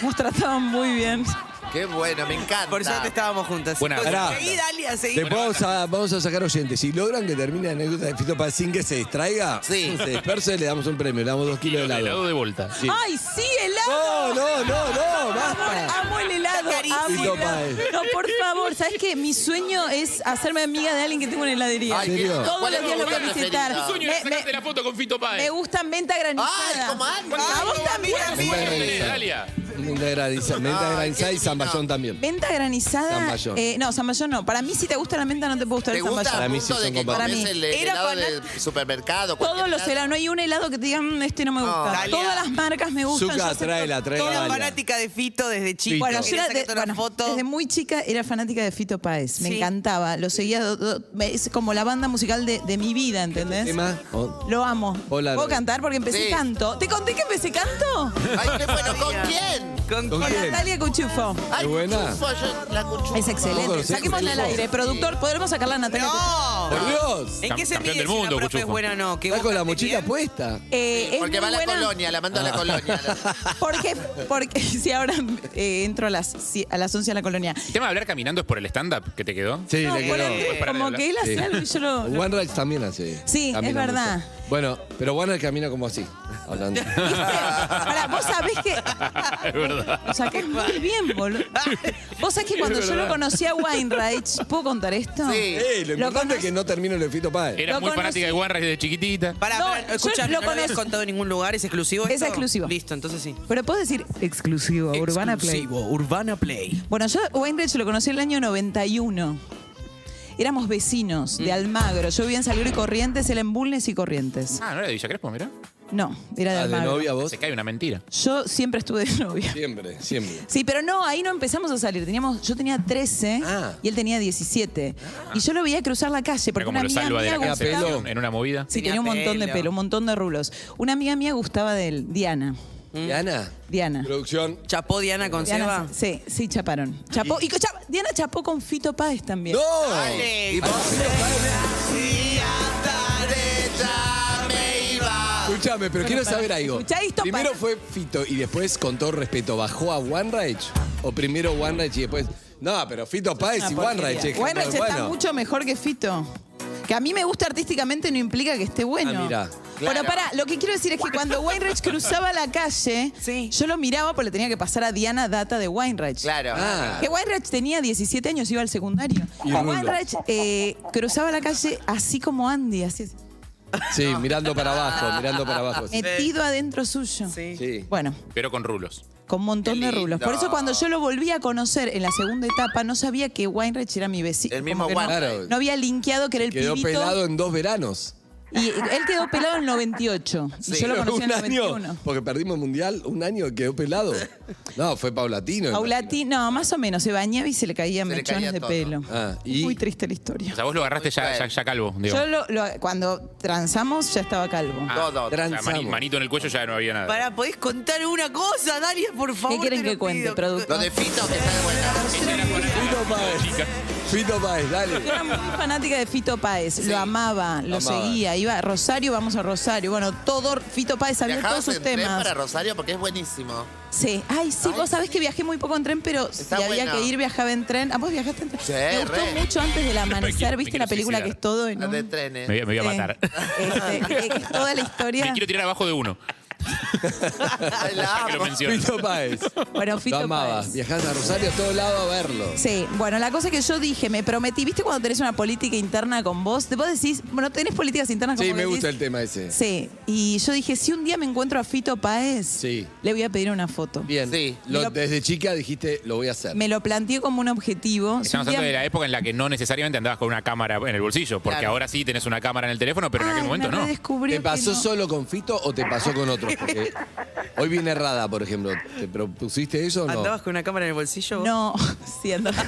[SPEAKER 3] Nos trataban muy bien.
[SPEAKER 6] Qué bueno, me encanta.
[SPEAKER 10] Por suerte estábamos juntas.
[SPEAKER 8] Buena
[SPEAKER 10] Pues,
[SPEAKER 7] onda.
[SPEAKER 10] seguí, Dalia, seguí.
[SPEAKER 7] Después vamos a, vamos a sacar oyentes. Si logran que termine la anécdota de Fito Paz sin que se distraiga,
[SPEAKER 6] Sí.
[SPEAKER 7] se disperse, le damos un premio, le damos dos kilos de
[SPEAKER 8] Helado
[SPEAKER 7] helado.
[SPEAKER 8] de vuelta.
[SPEAKER 7] Sí.
[SPEAKER 3] ¡Ay, sí, helado!
[SPEAKER 7] No, no, no, no, basta.
[SPEAKER 3] Amo el helado, amo el
[SPEAKER 7] Fito
[SPEAKER 3] helado.
[SPEAKER 7] Páez.
[SPEAKER 3] No, por favor, ¿sabes qué? Mi sueño es hacerme amiga de alguien que tengo una heladería.
[SPEAKER 6] Ay,
[SPEAKER 7] ¿En serio?
[SPEAKER 6] qué-
[SPEAKER 3] Todos
[SPEAKER 6] ¿cuál
[SPEAKER 3] los
[SPEAKER 6] es
[SPEAKER 3] días
[SPEAKER 6] tu
[SPEAKER 3] lo voy a
[SPEAKER 6] lugar
[SPEAKER 3] visitar.
[SPEAKER 6] preferido?
[SPEAKER 8] Tu sueño era
[SPEAKER 3] Me-
[SPEAKER 8] sacarte
[SPEAKER 3] me-
[SPEAKER 8] la foto con Fito
[SPEAKER 3] Me
[SPEAKER 8] Paez.
[SPEAKER 3] gusta menta granizada.
[SPEAKER 6] Ay, cómo anda.
[SPEAKER 3] ¿A vos
[SPEAKER 10] Ay,
[SPEAKER 3] también?
[SPEAKER 10] amiga
[SPEAKER 8] ¿Qué
[SPEAKER 10] mía.
[SPEAKER 8] sueño tenés, Dalia?
[SPEAKER 7] Menta granizada, menta
[SPEAKER 6] Ay,
[SPEAKER 7] granizada
[SPEAKER 6] qué
[SPEAKER 7] y zamballón también.
[SPEAKER 3] Menta granizada.
[SPEAKER 7] Zamballón.
[SPEAKER 3] eh, no, zamballón no. Para mí, si te gusta la menta, no te puede gustar
[SPEAKER 6] ¿Te
[SPEAKER 3] el
[SPEAKER 6] gusta
[SPEAKER 3] zamballón.
[SPEAKER 7] Para
[SPEAKER 6] a
[SPEAKER 7] mí sí
[SPEAKER 6] punto de
[SPEAKER 7] son
[SPEAKER 6] que
[SPEAKER 7] compatibles.
[SPEAKER 6] comes el
[SPEAKER 10] Era
[SPEAKER 6] helado
[SPEAKER 10] fanat-
[SPEAKER 6] del supermercado?
[SPEAKER 3] Todos
[SPEAKER 6] cualquier
[SPEAKER 3] los
[SPEAKER 6] helado?
[SPEAKER 3] helados. No hay un helado que te digan, "Mm, este no me gusta.
[SPEAKER 10] Dalia.
[SPEAKER 3] Todas las marcas me gustan.
[SPEAKER 7] Zucca,
[SPEAKER 3] yo acepto
[SPEAKER 7] tráela, tráela,
[SPEAKER 10] Era
[SPEAKER 3] todas.
[SPEAKER 7] Dalia.
[SPEAKER 10] fanática de Fito desde chico.
[SPEAKER 3] Bueno, yo
[SPEAKER 10] Quería
[SPEAKER 3] era de-
[SPEAKER 10] sacarte
[SPEAKER 3] bueno,
[SPEAKER 10] una foto.
[SPEAKER 3] desde muy chica era fanática de Fito Páez. Me
[SPEAKER 10] Sí.
[SPEAKER 3] encantaba. Lo seguía. do- do- es como la banda musical de, de mi vida, ¿entendés?
[SPEAKER 7] Tema, o-
[SPEAKER 3] Lo amo.
[SPEAKER 7] Hola,
[SPEAKER 3] ¿Puedo
[SPEAKER 7] Rey.
[SPEAKER 3] cantar? Porque empecé
[SPEAKER 6] Sí.
[SPEAKER 3] canto. ¿Te conté que empecé canto?
[SPEAKER 6] Ay, qué bueno, ¿con quién?
[SPEAKER 10] ¿Con
[SPEAKER 7] ¿Con
[SPEAKER 10] quién?
[SPEAKER 7] quién?
[SPEAKER 3] Natalia Cuchufo.
[SPEAKER 6] Ay,
[SPEAKER 7] buena.
[SPEAKER 6] cuchufo, yo la cuchufo.
[SPEAKER 3] Es
[SPEAKER 7] ¿Vos
[SPEAKER 3] excelente.
[SPEAKER 7] conocés
[SPEAKER 3] Saquémosla al
[SPEAKER 7] Cuchufo?
[SPEAKER 3] aire. Productor, ¿podremos sacarla a Natalia Cuchufo?
[SPEAKER 10] ¡No!
[SPEAKER 7] ¡Por Dios!
[SPEAKER 10] ¿En qué se
[SPEAKER 8] Campeón
[SPEAKER 10] mide
[SPEAKER 8] del
[SPEAKER 10] si una
[SPEAKER 8] mundo,
[SPEAKER 10] profe es
[SPEAKER 8] Cuchufo.
[SPEAKER 10] buena o no? Eh, ¿Que
[SPEAKER 7] Está
[SPEAKER 10] vos
[SPEAKER 7] con la
[SPEAKER 10] cantes
[SPEAKER 7] mochila
[SPEAKER 10] bien?
[SPEAKER 7] puesta.
[SPEAKER 3] Eh, es
[SPEAKER 6] Porque
[SPEAKER 3] muy
[SPEAKER 6] va a la
[SPEAKER 3] buena.
[SPEAKER 6] colonia, la mando a la
[SPEAKER 7] Ah.
[SPEAKER 6] colonia.
[SPEAKER 3] Porque, porque si ahora eh, entro a las, si- a las 11 a la colonia.
[SPEAKER 8] El tema de hablar caminando es por el stand-up que te quedó.
[SPEAKER 7] Sí,
[SPEAKER 3] No,
[SPEAKER 7] le
[SPEAKER 3] por
[SPEAKER 7] quedó.
[SPEAKER 3] Andrés,
[SPEAKER 8] Puedes parar de
[SPEAKER 3] como
[SPEAKER 8] hablar.
[SPEAKER 3] que él hace
[SPEAKER 7] Sí.
[SPEAKER 3] algo y yo lo. lo-
[SPEAKER 7] One Rights también hace.
[SPEAKER 3] Sí, es
[SPEAKER 7] camina
[SPEAKER 3] verdad.
[SPEAKER 7] mucho. Bueno, pero One Rights camina como así, hablando.
[SPEAKER 3] Pará, vos sabés que.
[SPEAKER 8] Es verdad.
[SPEAKER 3] O sea, que es muy bien, boludo. Vos sabés que cuando yo lo conocí a Weinreich, ¿puedo contar esto?
[SPEAKER 6] Sí.
[SPEAKER 7] Eh, lo
[SPEAKER 3] Lo
[SPEAKER 7] importante es
[SPEAKER 3] conocí-
[SPEAKER 7] que no termine el Fito Páez.
[SPEAKER 8] Era
[SPEAKER 3] Lo
[SPEAKER 8] muy
[SPEAKER 3] conocí.
[SPEAKER 8] fanática de Warren desde chiquitita.
[SPEAKER 10] Pará,
[SPEAKER 3] No,
[SPEAKER 10] pará,
[SPEAKER 3] yo
[SPEAKER 10] escuchá,
[SPEAKER 3] lo
[SPEAKER 10] no lo habías
[SPEAKER 3] conozco.
[SPEAKER 10] contado en ningún lugar, ¿es exclusivo
[SPEAKER 3] Es
[SPEAKER 10] esto?
[SPEAKER 3] exclusivo.
[SPEAKER 10] Listo, entonces sí.
[SPEAKER 3] Pero puedo decir exclusivo, Urbana Play.
[SPEAKER 10] Exclusivo, Urbana Play.
[SPEAKER 3] Bueno, yo a Weinreich lo conocí en el año 91. Éramos
[SPEAKER 8] Mm.
[SPEAKER 3] vecinos de Almagro. Yo vivía en Salud y Corrientes, él en Bulnes y Corrientes.
[SPEAKER 8] Ah, no era de Villa Crespo, mirá.
[SPEAKER 3] No, era de Almagro.
[SPEAKER 8] Se cae una mentira.
[SPEAKER 3] Yo siempre estuve de novia.
[SPEAKER 7] Siempre, siempre.
[SPEAKER 3] Sí, pero no, ahí no empezamos a salir. Teníamos, yo tenía 13
[SPEAKER 8] Ah.
[SPEAKER 3] y él tenía 17. Y yo lo veía cruzar la calle porque
[SPEAKER 8] Pero
[SPEAKER 3] una
[SPEAKER 8] Ah. como lo
[SPEAKER 3] amiga
[SPEAKER 8] salva de
[SPEAKER 3] mía
[SPEAKER 8] la cárcel
[SPEAKER 3] gustaba-
[SPEAKER 8] en- en una movida.
[SPEAKER 3] Sí, tenía, un montón de pelo, un montón de rulos. Una amiga mía gustaba de él, Diana.
[SPEAKER 7] ¿Diana?
[SPEAKER 3] Diana.
[SPEAKER 7] Producción.
[SPEAKER 10] ¿Chapó Diana con
[SPEAKER 3] Diana,
[SPEAKER 10] Seba?
[SPEAKER 3] sí, sí, chaparon. Chapó, y con Chap- Diana chapó con Fito Páez también. Ah,
[SPEAKER 7] ¡No!
[SPEAKER 10] Dale.
[SPEAKER 7] Escúchame, pero quiero saber algo.
[SPEAKER 3] Escuchá esto,
[SPEAKER 7] Primero fue Fito y después, con todo respeto, ¿bajó a One Rage? ¿O primero One Rage y después.? No, pero Fito Páez y One Rage. ejemplo,
[SPEAKER 3] Wenrich está
[SPEAKER 7] bueno.
[SPEAKER 3] mucho mejor que Fito. Que a mí me gusta artísticamente no implica que esté bueno.
[SPEAKER 7] Ah, mirá.
[SPEAKER 3] Bueno,
[SPEAKER 7] Claro.
[SPEAKER 3] para, lo que quiero decir es que cuando Weinreich cruzaba la calle, yo lo miraba porque le tenía que pasar a Diana data de Weinreich. Claro.
[SPEAKER 7] Ah.
[SPEAKER 3] Que Weinreich tenía 17 años y iba al secundario.
[SPEAKER 7] Y rulo.
[SPEAKER 3] Weinreich eh, cruzaba la calle así como Andy, así, así,
[SPEAKER 7] Sí, mirando para abajo, mirando para abajo.
[SPEAKER 3] metido adentro suyo.
[SPEAKER 7] Sí.
[SPEAKER 3] Bueno.
[SPEAKER 8] Pero con rulos.
[SPEAKER 3] Con un montón de rulos. Por eso cuando yo lo volví a conocer en la segunda etapa, no sabía que Weinreich era mi vecino. El
[SPEAKER 7] mismo
[SPEAKER 3] no,
[SPEAKER 7] Weinreich.
[SPEAKER 3] no había linkeado que era el
[SPEAKER 7] Quedó
[SPEAKER 3] pibito.
[SPEAKER 7] pelado en dos veranos.
[SPEAKER 3] Y él quedó pelado en el 98. Y yo lo conocí en
[SPEAKER 7] un
[SPEAKER 3] el
[SPEAKER 7] año,
[SPEAKER 3] 91.
[SPEAKER 7] porque perdimos el mundial, un año quedó pelado. No, fue paulatino.
[SPEAKER 3] Paulati, no, más o menos. Se bañaba y se le caían mechones de pelo.
[SPEAKER 7] Ah, y
[SPEAKER 3] Muy triste la historia.
[SPEAKER 8] O sea, vos lo agarraste ya, ya, ya calvo, digo.
[SPEAKER 3] Yo lo- lo- cuando transamos ya estaba calvo.
[SPEAKER 8] Ah, o sea, mani- manito en el cuello ya no había nada.
[SPEAKER 10] Pará, ¿podés contar una cosa, Daria, por favor?
[SPEAKER 3] ¿Qué quieren
[SPEAKER 10] te lo
[SPEAKER 3] que cuente,
[SPEAKER 10] pido?
[SPEAKER 3] productor? Lo de
[SPEAKER 10] Fito,
[SPEAKER 7] Fito Páez. Fito Páez, dale.
[SPEAKER 3] Yo era muy fanática de Fito Páez, lo amaba, lo
[SPEAKER 6] Amaba.
[SPEAKER 3] seguía, iba a Rosario, vamos a Rosario. Bueno, todo Fito Páez sabía todos
[SPEAKER 6] Viajados
[SPEAKER 3] sus
[SPEAKER 6] en tren
[SPEAKER 3] temas.
[SPEAKER 6] para Rosario porque es buenísimo.
[SPEAKER 3] Sí, ay, sí, vos sabés que viajé muy poco en tren, pero si
[SPEAKER 6] Está
[SPEAKER 3] había
[SPEAKER 6] bueno.
[SPEAKER 3] que ir, viajaba en tren. Ah, vos viajaste en tren.
[SPEAKER 6] Sí,
[SPEAKER 3] me gustó
[SPEAKER 6] re.
[SPEAKER 3] mucho antes del
[SPEAKER 8] Me quiero-
[SPEAKER 3] amanecer,
[SPEAKER 8] me
[SPEAKER 3] ¿viste
[SPEAKER 8] quiero
[SPEAKER 3] la película
[SPEAKER 8] suicidar.
[SPEAKER 3] que es todo en
[SPEAKER 6] La
[SPEAKER 3] un-
[SPEAKER 6] de trenes.
[SPEAKER 8] Me, voy a- me voy a matar.
[SPEAKER 3] este, que es toda la
[SPEAKER 8] Me
[SPEAKER 3] historia.
[SPEAKER 8] quiero tirar abajo de uno.
[SPEAKER 6] Ah,
[SPEAKER 8] Ya que lo mencionas.
[SPEAKER 7] Fito Páez.
[SPEAKER 3] Bueno, Fito
[SPEAKER 7] lo amaba.
[SPEAKER 3] Páez.
[SPEAKER 7] Viajás a Rosario a todo lado a verlo.
[SPEAKER 3] Sí, bueno, la cosa que yo dije, me prometí, ¿viste cuando tenés una política interna con vos? Vos decís, bueno, tenés políticas internas con
[SPEAKER 7] Sí,
[SPEAKER 3] vos
[SPEAKER 7] me
[SPEAKER 3] decís,
[SPEAKER 7] gusta el tema ese.
[SPEAKER 3] Sí, y yo dije, si un día me encuentro a Fito Páez,
[SPEAKER 7] Sí.
[SPEAKER 3] le voy a pedir una foto.
[SPEAKER 7] Bien. Lo- desde chica dijiste, lo voy a hacer.
[SPEAKER 3] Me lo planteé como un objetivo. Si un
[SPEAKER 8] Estamos
[SPEAKER 3] día
[SPEAKER 8] hablando de la época en la que no necesariamente andabas con una cámara en el bolsillo, porque
[SPEAKER 7] Claro.
[SPEAKER 8] ahora sí tenés una cámara en el teléfono, pero en aquel momento no.
[SPEAKER 7] ¿Te pasó solo con Fito o te pasó con otros? Porque hoy viene errada, por ejemplo. ¿Te propusiste eso o no?
[SPEAKER 10] ¿Andabas con una cámara en el bolsillo? vos?
[SPEAKER 3] No, sí, andaba.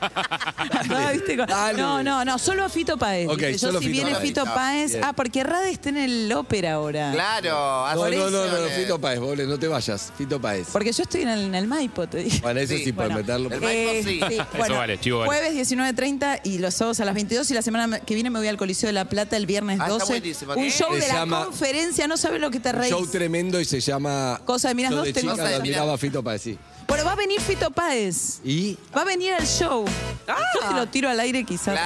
[SPEAKER 3] Andaba, ¿viste? con- No, no, no, solo a Fito Páez.
[SPEAKER 7] Ok,
[SPEAKER 3] ¿viste? Yo
[SPEAKER 7] solo
[SPEAKER 3] si
[SPEAKER 7] Fito
[SPEAKER 3] viene
[SPEAKER 7] Páez.
[SPEAKER 3] Fito
[SPEAKER 7] Ah,
[SPEAKER 3] Páez.
[SPEAKER 7] bien.
[SPEAKER 3] Ah, porque Rade está en el ópera ahora.
[SPEAKER 7] No, no, no, no, no,
[SPEAKER 3] Apariciones.
[SPEAKER 7] Fito Páez, bole, no te vayas. Fito Páez.
[SPEAKER 3] Porque yo estoy en el, en el Maipo, te dije.
[SPEAKER 7] Bueno, eso sí, para meterlo.
[SPEAKER 3] Eh, sí, bueno,
[SPEAKER 7] vale, chivo vale.
[SPEAKER 3] Jueves 19.30 y los sábados a las 22 y la semana que viene me voy al Coliseo de la Plata el viernes
[SPEAKER 6] Ah, está
[SPEAKER 3] 12.
[SPEAKER 6] buenísimo.
[SPEAKER 3] un
[SPEAKER 6] ¿Qué?
[SPEAKER 3] show
[SPEAKER 7] Se
[SPEAKER 3] de la
[SPEAKER 7] llama-
[SPEAKER 3] conferencia, no sabes lo que te
[SPEAKER 7] Un
[SPEAKER 3] reís.
[SPEAKER 7] show tremendo y se llama.
[SPEAKER 3] Cosa de miras
[SPEAKER 7] Yo
[SPEAKER 3] dos,
[SPEAKER 7] de
[SPEAKER 3] te
[SPEAKER 7] chica
[SPEAKER 3] gusta.
[SPEAKER 7] lo miraba a Fito Páez, sí.
[SPEAKER 3] Bueno, va a venir Fito Páez.
[SPEAKER 7] ¿Y?
[SPEAKER 3] Va a venir al show.
[SPEAKER 7] Ah.
[SPEAKER 3] Yo te lo tiro al aire quizás.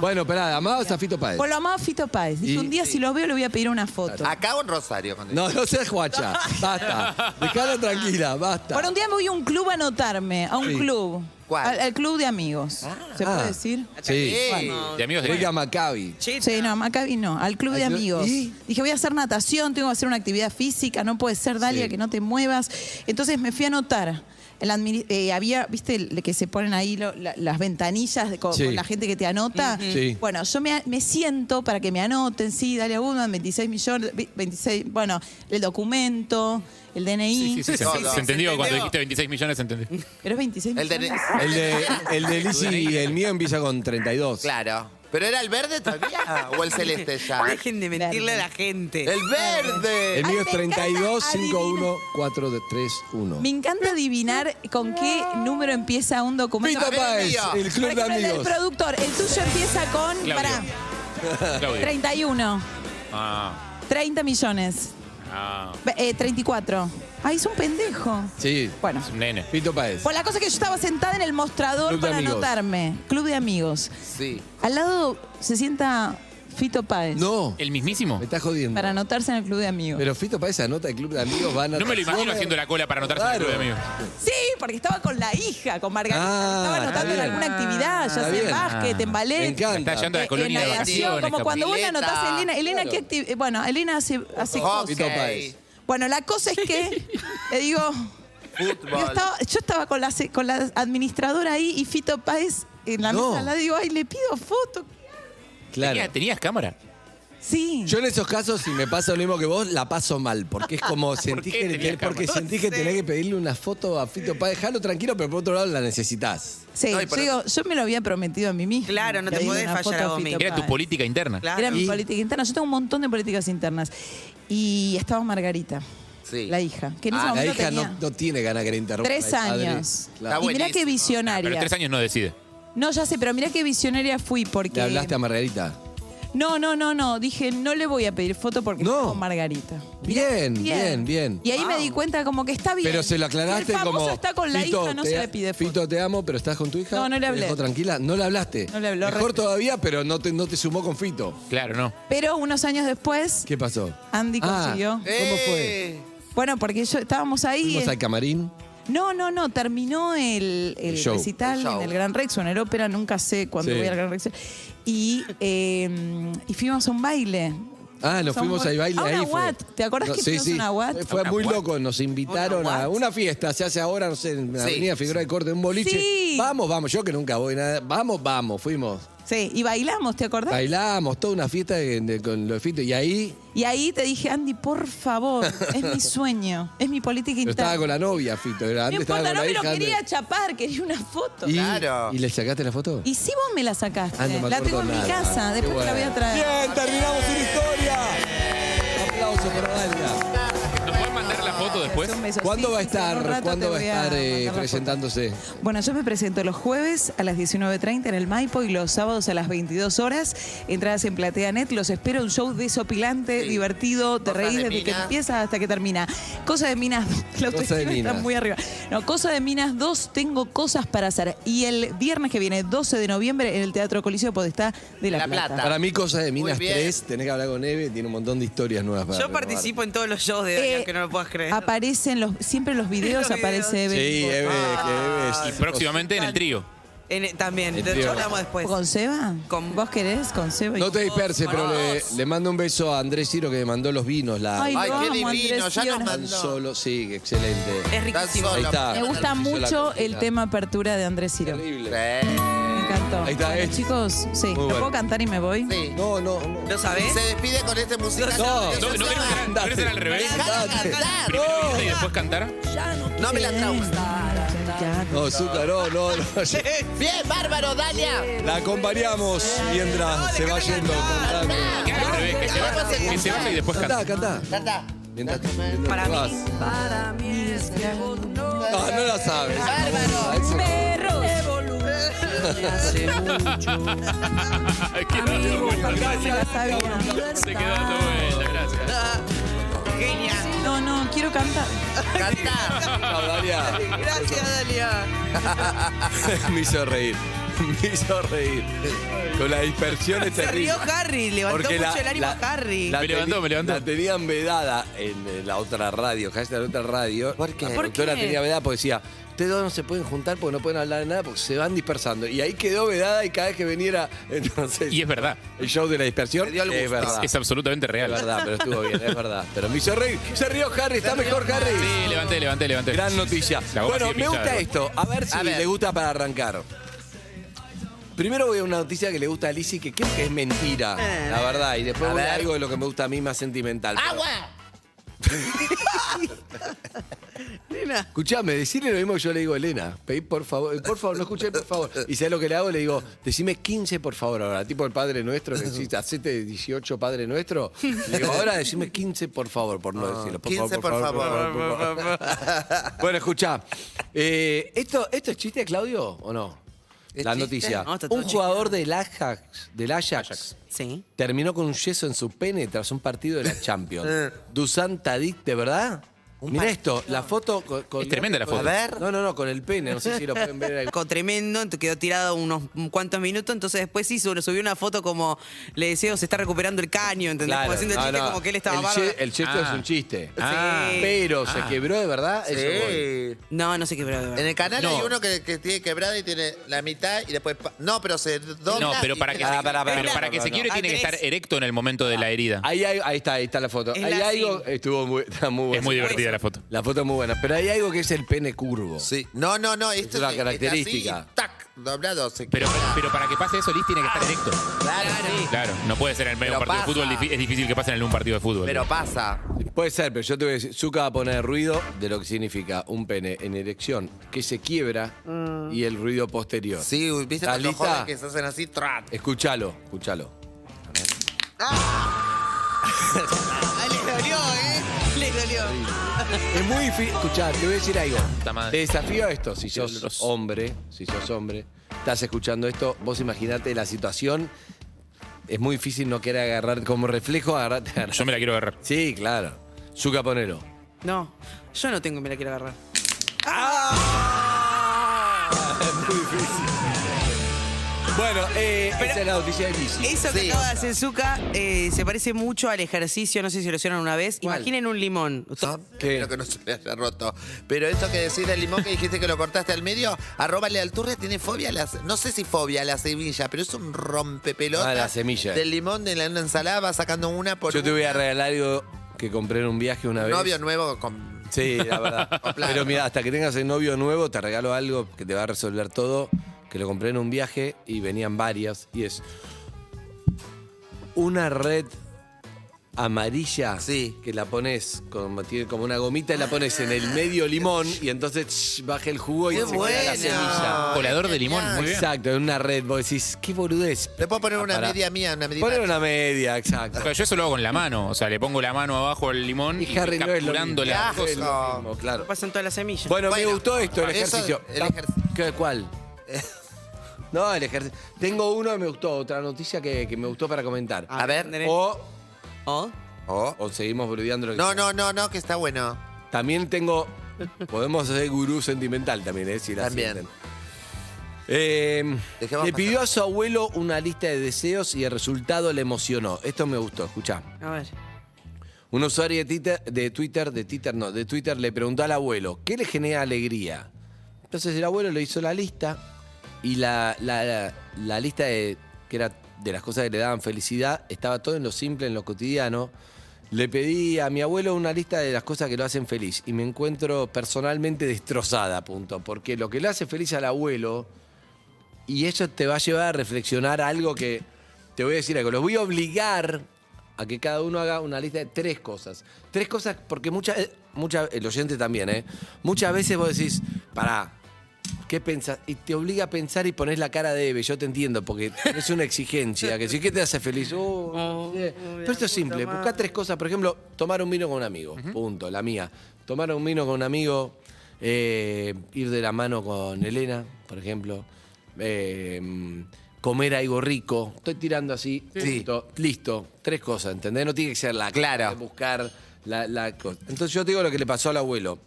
[SPEAKER 7] Bueno, espera, amabas a Fito Páez.
[SPEAKER 3] Por lo amado Fito Páez. Dije,
[SPEAKER 7] Eh, Y-
[SPEAKER 3] un día si lo veo le voy a pedir una foto.
[SPEAKER 6] Acá o en Rosario. con él.
[SPEAKER 7] No, no seas guacha. Basta. Dejala tranquila, basta.
[SPEAKER 3] Bueno, un día me voy a un club a anotarme, a un
[SPEAKER 7] Sí.
[SPEAKER 3] club.
[SPEAKER 7] ¿Cuál?
[SPEAKER 3] Al, al club de amigos. ¿Se
[SPEAKER 7] Ah,
[SPEAKER 3] puede decir?
[SPEAKER 7] Sí.
[SPEAKER 3] Bueno.
[SPEAKER 8] De amigos de-
[SPEAKER 7] Juega Maccabi.
[SPEAKER 3] Sí, no, Maccabi no, al club de
[SPEAKER 7] Al club-
[SPEAKER 3] amigos.
[SPEAKER 7] ¿Y?
[SPEAKER 3] Dije, voy a hacer natación, tengo que hacer una actividad física, no puede ser, Dalia,
[SPEAKER 7] Sí.
[SPEAKER 3] que no te muevas. Entonces me fui a anotar. El admini- eh, había, viste, el- que se ponen ahí lo- la- las ventanillas de- con,
[SPEAKER 7] Sí.
[SPEAKER 3] con la gente que te anota.
[SPEAKER 7] Ujú. Sí.
[SPEAKER 3] Bueno, yo me, me siento para que me anoten, sí, Dalia Goodman, 26 millones, vi- 26, bueno, el documento, el DNI.
[SPEAKER 8] Sí, sí, se, se entendió. Cuando dijiste 26 millones, se entendió.
[SPEAKER 3] Pero es 26 millones.
[SPEAKER 7] El de, el de Lizzy y el mío empieza con 32.
[SPEAKER 6] Claro. ¿Pero era el verde
[SPEAKER 10] Ah.
[SPEAKER 6] todavía o el celeste ya?
[SPEAKER 10] Dejen de mentirle a la gente.
[SPEAKER 6] ¡El verde!
[SPEAKER 7] El mío es
[SPEAKER 3] me encanta
[SPEAKER 7] 32 51 4 3 1.
[SPEAKER 3] Me encanta adivinar con qué número empieza un documento.
[SPEAKER 7] Fito
[SPEAKER 3] Por
[SPEAKER 7] Páez,
[SPEAKER 3] ejemplo,
[SPEAKER 7] el club de
[SPEAKER 3] El del
[SPEAKER 7] amigos.
[SPEAKER 3] productor, el tuyo empieza con
[SPEAKER 8] Claudio.
[SPEAKER 3] pará,
[SPEAKER 8] Claudio.
[SPEAKER 3] 31,
[SPEAKER 8] Ah,
[SPEAKER 3] 30 millones,
[SPEAKER 8] ah.
[SPEAKER 3] eh, 34. Ay, es un pendejo.
[SPEAKER 7] Sí.
[SPEAKER 3] Bueno.
[SPEAKER 8] Es un nene.
[SPEAKER 7] Fito Páez.
[SPEAKER 3] Por la cosa que yo estaba sentada en el mostrador
[SPEAKER 7] Club de
[SPEAKER 3] para
[SPEAKER 7] amigos.
[SPEAKER 3] anotarme. Club de amigos.
[SPEAKER 6] Sí.
[SPEAKER 3] Al lado se sienta Fito Páez.
[SPEAKER 7] No.
[SPEAKER 8] ¿El mismísimo?
[SPEAKER 7] Me estás jodiendo.
[SPEAKER 3] Para anotarse en el club de amigos.
[SPEAKER 7] Pero Fito Páez anota el club de amigos. Van a
[SPEAKER 8] No me lo imagino haciendo la cola para anotarse en el club de amigos.
[SPEAKER 3] Sí, porque estaba con la hija, con Margarita.
[SPEAKER 7] Ah,
[SPEAKER 3] estaba
[SPEAKER 7] está
[SPEAKER 3] anotando en
[SPEAKER 7] bien.
[SPEAKER 3] alguna actividad, ya
[SPEAKER 7] Está
[SPEAKER 3] sea en
[SPEAKER 7] bien. Ah,
[SPEAKER 3] básquet, en ballet.
[SPEAKER 7] Me encanta.
[SPEAKER 8] Está yendo a la
[SPEAKER 3] Eh,
[SPEAKER 8] colonia
[SPEAKER 3] en
[SPEAKER 8] de
[SPEAKER 3] natación,
[SPEAKER 8] vacaciones.
[SPEAKER 3] como cuando vos la
[SPEAKER 6] Pileta.
[SPEAKER 3] anotás a Elena. Elena,
[SPEAKER 7] Claro.
[SPEAKER 3] ¿qué acti- eh, Bueno, Elena hace, hace
[SPEAKER 6] Hockey.
[SPEAKER 7] Fito
[SPEAKER 3] cosas.
[SPEAKER 7] Páez.
[SPEAKER 3] Bueno, la cosa es que, le digo, yo
[SPEAKER 6] Fútbol.
[SPEAKER 3] estaba, yo estaba con, la, se- con la administradora ahí y Fito Páez en la
[SPEAKER 7] No.
[SPEAKER 3] mesa. La digo, ay, le pido foto.
[SPEAKER 7] Claro.
[SPEAKER 8] Tenía- ¿Tenías cámara?
[SPEAKER 3] Sí.
[SPEAKER 7] Yo en esos casos, si me pasa lo mismo que vos, la paso mal. Porque es como sentís
[SPEAKER 13] qué
[SPEAKER 7] que,
[SPEAKER 13] tenía
[SPEAKER 7] tenés- porque
[SPEAKER 13] cámara?
[SPEAKER 7] sentís que tenés que pedirle una foto a Fito para dejarlo tranquilo, pero por otro lado la necesitas.
[SPEAKER 3] Sí, yo digo, yo me lo había prometido a mí misma.
[SPEAKER 10] Claro, no
[SPEAKER 3] Que
[SPEAKER 10] te
[SPEAKER 3] había
[SPEAKER 10] podés
[SPEAKER 3] una
[SPEAKER 10] fallar
[SPEAKER 3] foto
[SPEAKER 10] a vos mismo.
[SPEAKER 3] Fito
[SPEAKER 8] Era tu
[SPEAKER 3] Páez.
[SPEAKER 8] política interna.
[SPEAKER 3] Era mi
[SPEAKER 7] Y-
[SPEAKER 3] política interna. Yo tengo un montón de políticas internas. Y estaba Margarita, la hija, que en ese
[SPEAKER 7] Ah, la
[SPEAKER 3] momento
[SPEAKER 7] hija
[SPEAKER 3] tenía
[SPEAKER 7] no, no tiene ganas que le interrumpa.
[SPEAKER 3] tres
[SPEAKER 7] la madre.
[SPEAKER 3] años.
[SPEAKER 7] Claro. Ah,
[SPEAKER 3] Y mirá qué
[SPEAKER 8] Pero
[SPEAKER 3] visionaria.
[SPEAKER 8] en tres años no decide.
[SPEAKER 3] No, ya sé, pero mirá qué visionaria fui
[SPEAKER 7] ¿Le
[SPEAKER 3] porque...
[SPEAKER 7] hablaste a Margarita?
[SPEAKER 3] No, no, no, no. Dije, no le voy a pedir foto porque
[SPEAKER 7] No.
[SPEAKER 3] estoy con Margarita.
[SPEAKER 7] Bien, bien, bien.
[SPEAKER 3] Y ahí me di cuenta como que está bien.
[SPEAKER 7] Pero se lo
[SPEAKER 3] Si
[SPEAKER 7] aclaraste
[SPEAKER 3] el famoso
[SPEAKER 7] como.
[SPEAKER 3] está con la
[SPEAKER 7] Fito,
[SPEAKER 3] hija, no
[SPEAKER 7] te-
[SPEAKER 3] se le pide foto.
[SPEAKER 7] Fito, te amo, pero estás con tu hija.
[SPEAKER 3] No, no le
[SPEAKER 7] Te
[SPEAKER 3] hablé.
[SPEAKER 7] dejó tranquila. No le hablaste.
[SPEAKER 3] No le habló,
[SPEAKER 7] Mejor todavía, pero no te, no te sumó con Fito.
[SPEAKER 8] Claro, no.
[SPEAKER 3] Pero unos años después,
[SPEAKER 7] ¿Qué pasó?
[SPEAKER 3] Andy
[SPEAKER 7] Ah,
[SPEAKER 3] consiguió.
[SPEAKER 7] ¿Cómo
[SPEAKER 6] Eh.
[SPEAKER 7] fue?
[SPEAKER 3] Bueno, porque yo estábamos ahí.
[SPEAKER 7] Fuimos
[SPEAKER 3] eh,
[SPEAKER 7] al camarín.
[SPEAKER 3] No, no, no. Terminó el, el
[SPEAKER 7] El show.
[SPEAKER 3] recital
[SPEAKER 7] El show.
[SPEAKER 3] en el Gran Rex o en el ópera, nunca sé cuándo
[SPEAKER 7] Sí.
[SPEAKER 3] voy al Gran Rex. Y, eh, y fuimos a un baile.
[SPEAKER 7] Ah, nos
[SPEAKER 3] Son
[SPEAKER 7] fuimos
[SPEAKER 3] muy-
[SPEAKER 7] al baile
[SPEAKER 3] a una
[SPEAKER 7] ahí. fue.
[SPEAKER 3] Watt. ¿Te acordás que fuimos a una Watt?
[SPEAKER 7] Fue
[SPEAKER 3] A una
[SPEAKER 7] muy
[SPEAKER 3] Watt.
[SPEAKER 7] loco. Nos invitaron a una fiesta. Se hace ahora, no sé, en la
[SPEAKER 10] Sí.
[SPEAKER 7] avenida Figueroa de Corte, un boliche.
[SPEAKER 3] Sí.
[SPEAKER 7] Vamos, vamos. Yo que nunca voy nada. Vamos, vamos. Fuimos.
[SPEAKER 3] Sí, y bailamos, ¿te acordás?
[SPEAKER 7] Bailamos, toda una fiesta de- de- con los fitos. Y ahí
[SPEAKER 3] Y ahí te dije, Andy, por favor, es mi sueño, es mi política
[SPEAKER 7] Pero
[SPEAKER 3] interna.
[SPEAKER 7] estaba con la novia, Fito. Era,
[SPEAKER 3] no
[SPEAKER 7] antes
[SPEAKER 3] importa,
[SPEAKER 7] estaba con
[SPEAKER 3] no
[SPEAKER 7] la
[SPEAKER 3] me lo
[SPEAKER 7] hija. antes-
[SPEAKER 3] quería chapar, quería una foto.
[SPEAKER 7] ¿Y, ¿Y le sacaste la foto?
[SPEAKER 3] Y si vos me la sacaste,
[SPEAKER 7] Ah, no me
[SPEAKER 3] la tengo
[SPEAKER 7] acuerdo
[SPEAKER 3] en mi
[SPEAKER 7] nada.
[SPEAKER 3] casa,
[SPEAKER 7] Qué
[SPEAKER 3] después te la voy a
[SPEAKER 7] bueno.
[SPEAKER 3] traer.
[SPEAKER 7] Bien, terminamos una historia. Aplauso para Dalia.
[SPEAKER 8] ¿Nos pueden mandar la foto después?
[SPEAKER 7] ¿Cuándo va a
[SPEAKER 3] en un
[SPEAKER 7] estar,
[SPEAKER 3] rato
[SPEAKER 7] ¿cuándo
[SPEAKER 3] te
[SPEAKER 7] va a
[SPEAKER 3] voy a
[SPEAKER 7] estar eh,
[SPEAKER 3] mandar la foto.
[SPEAKER 7] presentándose?
[SPEAKER 3] Bueno, yo me presento los jueves a las 19.30 en el Maipo y los sábados a las 22 horas. Entradas en PlateaNet. Los espero un show desopilante, divertido. Te
[SPEAKER 10] Cosas
[SPEAKER 3] reís
[SPEAKER 10] de
[SPEAKER 3] desde que
[SPEAKER 10] mina.
[SPEAKER 3] empieza hasta que termina. Cosa de Minas 2. La
[SPEAKER 10] Cosa de
[SPEAKER 3] autoestima está
[SPEAKER 10] Minas.
[SPEAKER 3] muy arriba. No, Cosa de Minas 2. Tengo cosas para hacer. Y el viernes que viene, 12 de noviembre, en el Teatro Coliseo Podestá de La, Plata.
[SPEAKER 7] Para mí, cosas de Minas
[SPEAKER 3] bien.
[SPEAKER 7] 3. Tenés que hablar con Eve. Tiene un montón de historias nuevas para
[SPEAKER 10] Yo
[SPEAKER 7] renovar.
[SPEAKER 10] participo en todos los shows de
[SPEAKER 3] Eh,
[SPEAKER 10] Dani, aunque no lo puedas creer.
[SPEAKER 3] Aparecen los, siempre los videos, aparece
[SPEAKER 7] Sí,
[SPEAKER 3] Evelyn
[SPEAKER 7] eh.
[SPEAKER 3] Bosch.
[SPEAKER 7] Eve,
[SPEAKER 10] Ah,
[SPEAKER 7] que Eve es-
[SPEAKER 8] Y próximamente en el trío.
[SPEAKER 10] En- también,
[SPEAKER 7] El
[SPEAKER 10] de-
[SPEAKER 7] trío.
[SPEAKER 10] yo hablamos después.
[SPEAKER 3] ¿Con Seba? ¿Vos querés? ¿Con Seba? y
[SPEAKER 7] No te
[SPEAKER 3] con vos?
[SPEAKER 7] disperses,
[SPEAKER 3] Bueno,
[SPEAKER 7] pero le, le mando un beso a Andrés Ciro que me mandó los vinos. La,
[SPEAKER 3] Ay, Ay, lo qué amo, divino, Andrés ya nos Ciro.
[SPEAKER 7] Tan
[SPEAKER 3] mandó.
[SPEAKER 7] solo, sí, excelente.
[SPEAKER 10] Es riquísimo.
[SPEAKER 7] Ahí está.
[SPEAKER 3] Me gusta
[SPEAKER 7] Hizo la
[SPEAKER 3] mucho
[SPEAKER 7] cortina.
[SPEAKER 3] el tema apertura de Andrés Ciro.
[SPEAKER 6] Eh,
[SPEAKER 3] Me encantó.
[SPEAKER 7] Ahí está,
[SPEAKER 3] Bueno,
[SPEAKER 7] es-
[SPEAKER 3] chicos, sí. ¿Lo
[SPEAKER 7] bueno.
[SPEAKER 3] puedo cantar y me voy?
[SPEAKER 7] No, no, no.
[SPEAKER 10] ¿Lo sabés?
[SPEAKER 6] Se despide con este musical.
[SPEAKER 7] No,
[SPEAKER 8] ¿No, no querés que- no querés ser al revés?
[SPEAKER 6] cantar.
[SPEAKER 8] Primero irte y después cantar.
[SPEAKER 6] No me la traumas.
[SPEAKER 7] No, Zuka, no, no, no.
[SPEAKER 6] Bien, bárbaro, Dalia.
[SPEAKER 7] La acompañamos mientras se va yendo. cantando.
[SPEAKER 8] Que haga al revés, que se
[SPEAKER 6] Vamos a
[SPEAKER 8] vaya- Que se vaya y después
[SPEAKER 7] Cantá,
[SPEAKER 8] canta.
[SPEAKER 7] cantá.
[SPEAKER 6] Canta.
[SPEAKER 7] Mientras, mientras
[SPEAKER 10] Para
[SPEAKER 7] te
[SPEAKER 10] mí.
[SPEAKER 7] vas.
[SPEAKER 3] Para mí es gran
[SPEAKER 7] No, Ah, no la sabes.
[SPEAKER 3] perro. Se la sabía.
[SPEAKER 8] Se quedó dando vuelta, gracias.
[SPEAKER 10] Genial.
[SPEAKER 3] No, no, quiero cantar.
[SPEAKER 6] Canta.
[SPEAKER 7] No, Dalia,
[SPEAKER 10] Gracias, Dalia.
[SPEAKER 7] me hizo reír. Me hizo reír. Con la dispersión es
[SPEAKER 10] Se rió
[SPEAKER 7] terrible.
[SPEAKER 10] Harry, levantó
[SPEAKER 7] Porque
[SPEAKER 10] mucho
[SPEAKER 7] la-
[SPEAKER 10] el ánimo
[SPEAKER 7] la-
[SPEAKER 10] a Harry.
[SPEAKER 7] la
[SPEAKER 8] Me levantó,
[SPEAKER 7] teni-
[SPEAKER 8] me levantó.
[SPEAKER 7] La tenían vedada en eh, la otra radio, hashtag la otra radio. ¿Por qué? La
[SPEAKER 10] ¿Por
[SPEAKER 7] productora
[SPEAKER 10] qué?
[SPEAKER 7] tenía vedada porque decía, ustedes dos no se pueden juntar porque no pueden hablar de nada porque se van dispersando. Y ahí quedó vedada y cada vez que veniera, entonces,
[SPEAKER 8] Y es verdad.
[SPEAKER 7] el show de la dispersión,
[SPEAKER 6] dio el
[SPEAKER 7] es
[SPEAKER 6] gusto.
[SPEAKER 7] verdad.
[SPEAKER 8] Es absolutamente
[SPEAKER 7] Es
[SPEAKER 8] real.
[SPEAKER 7] verdad, pero estuvo bien, es verdad. Pero me hizo reír. Se rió Harry, está mejor Harry.
[SPEAKER 8] Sí, levanté, levanté, levanté.
[SPEAKER 7] Gran noticia.
[SPEAKER 8] La goma
[SPEAKER 7] Bueno,
[SPEAKER 8] sigue
[SPEAKER 7] me
[SPEAKER 8] pinchada,
[SPEAKER 7] gusta
[SPEAKER 8] igual.
[SPEAKER 7] esto. A ver si
[SPEAKER 6] A ver.
[SPEAKER 7] le gusta para arrancar. Primero voy a una noticia que le gusta a Lizzie, que creo que es mentira,
[SPEAKER 10] Eh.
[SPEAKER 7] la verdad. Y después
[SPEAKER 6] A
[SPEAKER 7] voy a
[SPEAKER 6] ver.
[SPEAKER 7] algo de lo que me gusta a mí más sentimental. Pero-
[SPEAKER 6] ¡Agua!
[SPEAKER 10] Nena.
[SPEAKER 7] Escuchame, decirle lo mismo que yo le digo a Elena. Pedí por favor, eh, por favor, no escuché, por favor. Y sabes lo que le hago, le digo, decime 15 por favor ahora. Tipo el Padre Nuestro, que decís, hacete 18 Padre Nuestro. Le digo, ahora decime 15 por favor, por no decirlo. Por favor,
[SPEAKER 6] 15 por
[SPEAKER 7] por favor, por favor. bueno, escuchá. eh, ¿esto, ¿Esto es chiste, Claudio, o no?
[SPEAKER 10] ¿Es
[SPEAKER 7] La
[SPEAKER 10] chiste?
[SPEAKER 7] noticia.
[SPEAKER 10] No, está todo
[SPEAKER 7] Un jugador del Ajax, del Ajax
[SPEAKER 10] Sí.
[SPEAKER 7] terminó con un yeso en su pene tras un partido de la Champions.
[SPEAKER 10] Eh.
[SPEAKER 7] Dusan Tadic, ¿de verdad? Mira esto, la foto con, con-
[SPEAKER 8] Es tremenda la
[SPEAKER 7] con-
[SPEAKER 8] foto.
[SPEAKER 6] A ver.
[SPEAKER 7] No, no, no, con el pene, no sé si lo pueden ver ahí.
[SPEAKER 10] Con tremendo, ent- quedó tirado unos cuantos minutos, entonces después sí sub- subió una foto como le deseo se está recuperando el caño, ¿entendés?
[SPEAKER 7] Claro,
[SPEAKER 10] como haciendo
[SPEAKER 7] no,
[SPEAKER 10] chiste
[SPEAKER 7] no,
[SPEAKER 10] como que él estaba
[SPEAKER 7] el eh.
[SPEAKER 10] bárbaro.
[SPEAKER 7] ye- El yeso
[SPEAKER 8] Ah.
[SPEAKER 7] es un chiste.
[SPEAKER 8] Ah.
[SPEAKER 7] Pero se
[SPEAKER 8] Ah.
[SPEAKER 7] quebró de verdad, eso voy.
[SPEAKER 6] Sí.
[SPEAKER 10] No, no sé qué pero de verdad.
[SPEAKER 6] En el canal
[SPEAKER 8] No.
[SPEAKER 6] hay uno que, que tiene quebrada y tiene la mitad y después. pa- No, pero se dobla.
[SPEAKER 8] No, pero
[SPEAKER 6] y-
[SPEAKER 8] para que
[SPEAKER 7] Pará,
[SPEAKER 8] se,
[SPEAKER 7] pará, pará,
[SPEAKER 8] pero
[SPEAKER 7] pará,
[SPEAKER 8] para que
[SPEAKER 7] pará, pará.
[SPEAKER 8] se quiebre tiene que estar
[SPEAKER 10] Andrés.
[SPEAKER 8] erecto en el momento de la herida.
[SPEAKER 7] Ahí, hay- ahí está, ahí está la foto.
[SPEAKER 10] Es
[SPEAKER 7] Hay
[SPEAKER 10] la
[SPEAKER 7] algo,
[SPEAKER 10] sim.
[SPEAKER 7] estuvo muy, está muy
[SPEAKER 8] Es muy
[SPEAKER 7] bueno.
[SPEAKER 8] divertido. linda la foto.
[SPEAKER 7] La foto es muy buena. Pero hay algo que es el pene curvo.
[SPEAKER 6] Sí. No, no, no. Esto
[SPEAKER 7] es la
[SPEAKER 6] se-
[SPEAKER 7] característica.
[SPEAKER 6] está así, tac, doblado. Se
[SPEAKER 8] Pero, pero para que pase eso, Liz tiene que estar erecto.
[SPEAKER 6] Claro, sí.
[SPEAKER 8] Claro, no puede ser en el medio de un
[SPEAKER 6] Pero
[SPEAKER 8] partido de
[SPEAKER 6] pasa.
[SPEAKER 8] fútbol. difi- Es difícil que pase en un partido de fútbol.
[SPEAKER 6] Pero pasa.
[SPEAKER 7] Puede ser, pero yo te voy a decir, Zuka va a poner ruido de lo que significa un pene en erección que se quiebra y el ruido posterior.
[SPEAKER 6] Sí, ¿viste cuando
[SPEAKER 7] Talita,
[SPEAKER 6] joden que se hacen así? Trat.
[SPEAKER 7] escúchalo, escúchalo.
[SPEAKER 10] Les Ah. dolió, ¿eh? Les dolió.
[SPEAKER 7] Es muy difícil. Escuchá, te voy a decir algo.
[SPEAKER 8] madre.
[SPEAKER 7] Te desafío a esto. Si sos
[SPEAKER 8] Diablos.
[SPEAKER 7] hombre, si sos hombre, estás escuchando esto, vos imaginate la situación. Es muy difícil no querer agarrar como reflejo, agarrarte.
[SPEAKER 8] Yo me la quiero agarrar.
[SPEAKER 7] Sí, claro. Zuka, ponelo.
[SPEAKER 10] No, yo no tengo, me la quiero agarrar.
[SPEAKER 7] ¡Ah! Es muy difícil. Bueno, eh, esa es la noticia de
[SPEAKER 6] eh,
[SPEAKER 7] bici.
[SPEAKER 10] Eso que acaba de hacer Zuka eh, se parece mucho al ejercicio, no sé si lo hicieron una vez. Imaginen un limón.
[SPEAKER 6] Espero que no se le haya roto. Pero eso que decís del limón que dijiste que lo cortaste al medio, arróbale al turre, tiene fobia a las. No sé si fobia a la semilla, pero es un rompepelota.
[SPEAKER 7] Ah, la semilla.
[SPEAKER 6] Del limón de la una ensalada va sacando una por
[SPEAKER 7] Yo te voy a
[SPEAKER 6] una.
[SPEAKER 7] regalar algo que compré en un viaje una vez.
[SPEAKER 6] Novio nuevo con.
[SPEAKER 7] Sí, la verdad. Pero mira, hasta que tengas el novio nuevo, te regalo algo que te va a resolver todo. Que lo compré en un viaje y venían varias. Y es una red amarilla que la pones como, tiene como una gomita y la pones en el medio limón y entonces ch, baja el jugo y
[SPEAKER 6] ¡Qué
[SPEAKER 7] se queda la
[SPEAKER 6] bueno!
[SPEAKER 7] semilla.
[SPEAKER 8] Colador de limón, muy bien.
[SPEAKER 7] Exacto, en una red. Vos decís, qué boludez.
[SPEAKER 6] Le puedo poner una
[SPEAKER 7] Ah, Pará.
[SPEAKER 6] media mía, una media.
[SPEAKER 7] Poner una media, exacto.
[SPEAKER 8] Pero yo eso lo hago con la mano. O sea, le pongo la mano abajo al limón y,
[SPEAKER 7] Y Harry no es lo
[SPEAKER 8] capturando
[SPEAKER 7] mismo. Ah,
[SPEAKER 8] la
[SPEAKER 6] Qué
[SPEAKER 8] cosa.
[SPEAKER 6] asco.
[SPEAKER 7] No, claro.
[SPEAKER 10] Pasan todas las semillas.
[SPEAKER 7] Bueno,
[SPEAKER 6] Bueno,
[SPEAKER 7] me gustó esto, el
[SPEAKER 6] eso,
[SPEAKER 7] ejercicio.
[SPEAKER 6] el ejercicio. Eh,
[SPEAKER 7] ¿Qué- ¿Cuál? No, el ejercicio. Tengo uno que me gustó, otra noticia que, que me gustó para comentar.
[SPEAKER 6] A ver.
[SPEAKER 7] O,
[SPEAKER 10] ¿Oh?
[SPEAKER 6] Oh.
[SPEAKER 7] o seguimos boludeando lo que
[SPEAKER 6] No,
[SPEAKER 7] sea.
[SPEAKER 6] no, no, no, que está bueno.
[SPEAKER 7] También tengo. Podemos hacer gurú sentimental también, ¿eh? Si la
[SPEAKER 6] También.
[SPEAKER 7] sienten. Eh,
[SPEAKER 6] Dejemos
[SPEAKER 7] le
[SPEAKER 6] pasar.
[SPEAKER 7] pidió a su abuelo una lista de deseos y el resultado le emocionó. Esto me gustó, escuchá.
[SPEAKER 10] A ver.
[SPEAKER 7] Un usuario de Twitter, de Twitter, de Twitter no, de Twitter le preguntó al abuelo, ¿qué le genera alegría? Entonces el abuelo le hizo la lista y la, la- la- la lista de, que era de las cosas que le daban felicidad estaba todo en lo simple, en lo cotidiano. Le pedí a mi abuelo una lista de las cosas que lo hacen feliz y me encuentro personalmente destrozada, punto. Porque lo que le hace feliz al abuelo y eso te va a llevar a reflexionar a algo que te voy a decir algo. Los voy a obligar a que cada uno haga una lista de tres cosas. Tres cosas, porque muchas, eh, mucha- el oyente también, ¿eh? Muchas veces vos decís, pará, ¿qué pensás? Y te obliga a pensar y pones la cara de Eve. Yo te entiendo, porque es una exigencia. Que si, ¿qué te hace feliz? Oh,
[SPEAKER 10] Oh,
[SPEAKER 7] eh.
[SPEAKER 10] oh, la
[SPEAKER 7] Pero esto es simple.
[SPEAKER 10] puta
[SPEAKER 7] Buscá
[SPEAKER 10] madre.
[SPEAKER 7] tres cosas. Por ejemplo, tomar un vino con un amigo. Punto, la mía. Tomar un vino con un amigo, eh, ir de la mano con Elena, por ejemplo. eh, comer algo rico. Estoy tirando así. Punto. Listo. Tres cosas, ¿entendés? No tiene que ser la clara. Buscar la, la cosa. Entonces yo te digo lo que le pasó al abuelo.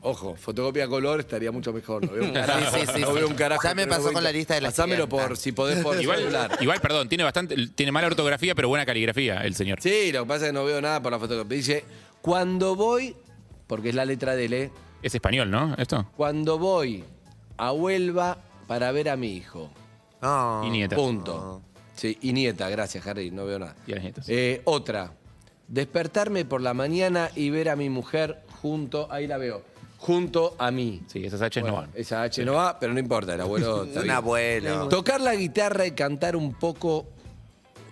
[SPEAKER 7] Ojo, fotocopia a color estaría mucho mejor. No veo un carajo.
[SPEAKER 6] Sí, sí, sí,
[SPEAKER 7] no
[SPEAKER 6] sí.
[SPEAKER 7] veo un carajo,
[SPEAKER 6] Ya me
[SPEAKER 7] pero no
[SPEAKER 6] pasó
[SPEAKER 7] voy-
[SPEAKER 6] con la lista de la
[SPEAKER 7] Pasámelo
[SPEAKER 6] clienta.
[SPEAKER 7] por, si podés, por celular.
[SPEAKER 8] Igual, igual, perdón, tiene bastante, tiene mala ortografía, pero buena caligrafía el señor.
[SPEAKER 7] Sí, lo que pasa es que no veo nada por la fotocopia. Dice, cuando voy, porque es la letra de L,
[SPEAKER 8] Es español, ¿no? Esto.
[SPEAKER 7] cuando voy a Huelva para ver a mi hijo.
[SPEAKER 6] No.
[SPEAKER 8] Y nieta.
[SPEAKER 7] Ah, Punto.
[SPEAKER 6] Ah.
[SPEAKER 7] Sí, y nieta, gracias, Harry, no veo nada.
[SPEAKER 8] Y a las nietas.
[SPEAKER 7] Eh, otra, despertarme por la mañana y ver a mi mujer junto, ahí la veo, junto a mí.
[SPEAKER 8] Sí, esas H no van.
[SPEAKER 7] Esa H no va, pero no importa, el abuelo está
[SPEAKER 6] Un
[SPEAKER 7] bien.
[SPEAKER 8] Ah.
[SPEAKER 6] abuelo.
[SPEAKER 7] Tocar la guitarra y cantar un poco,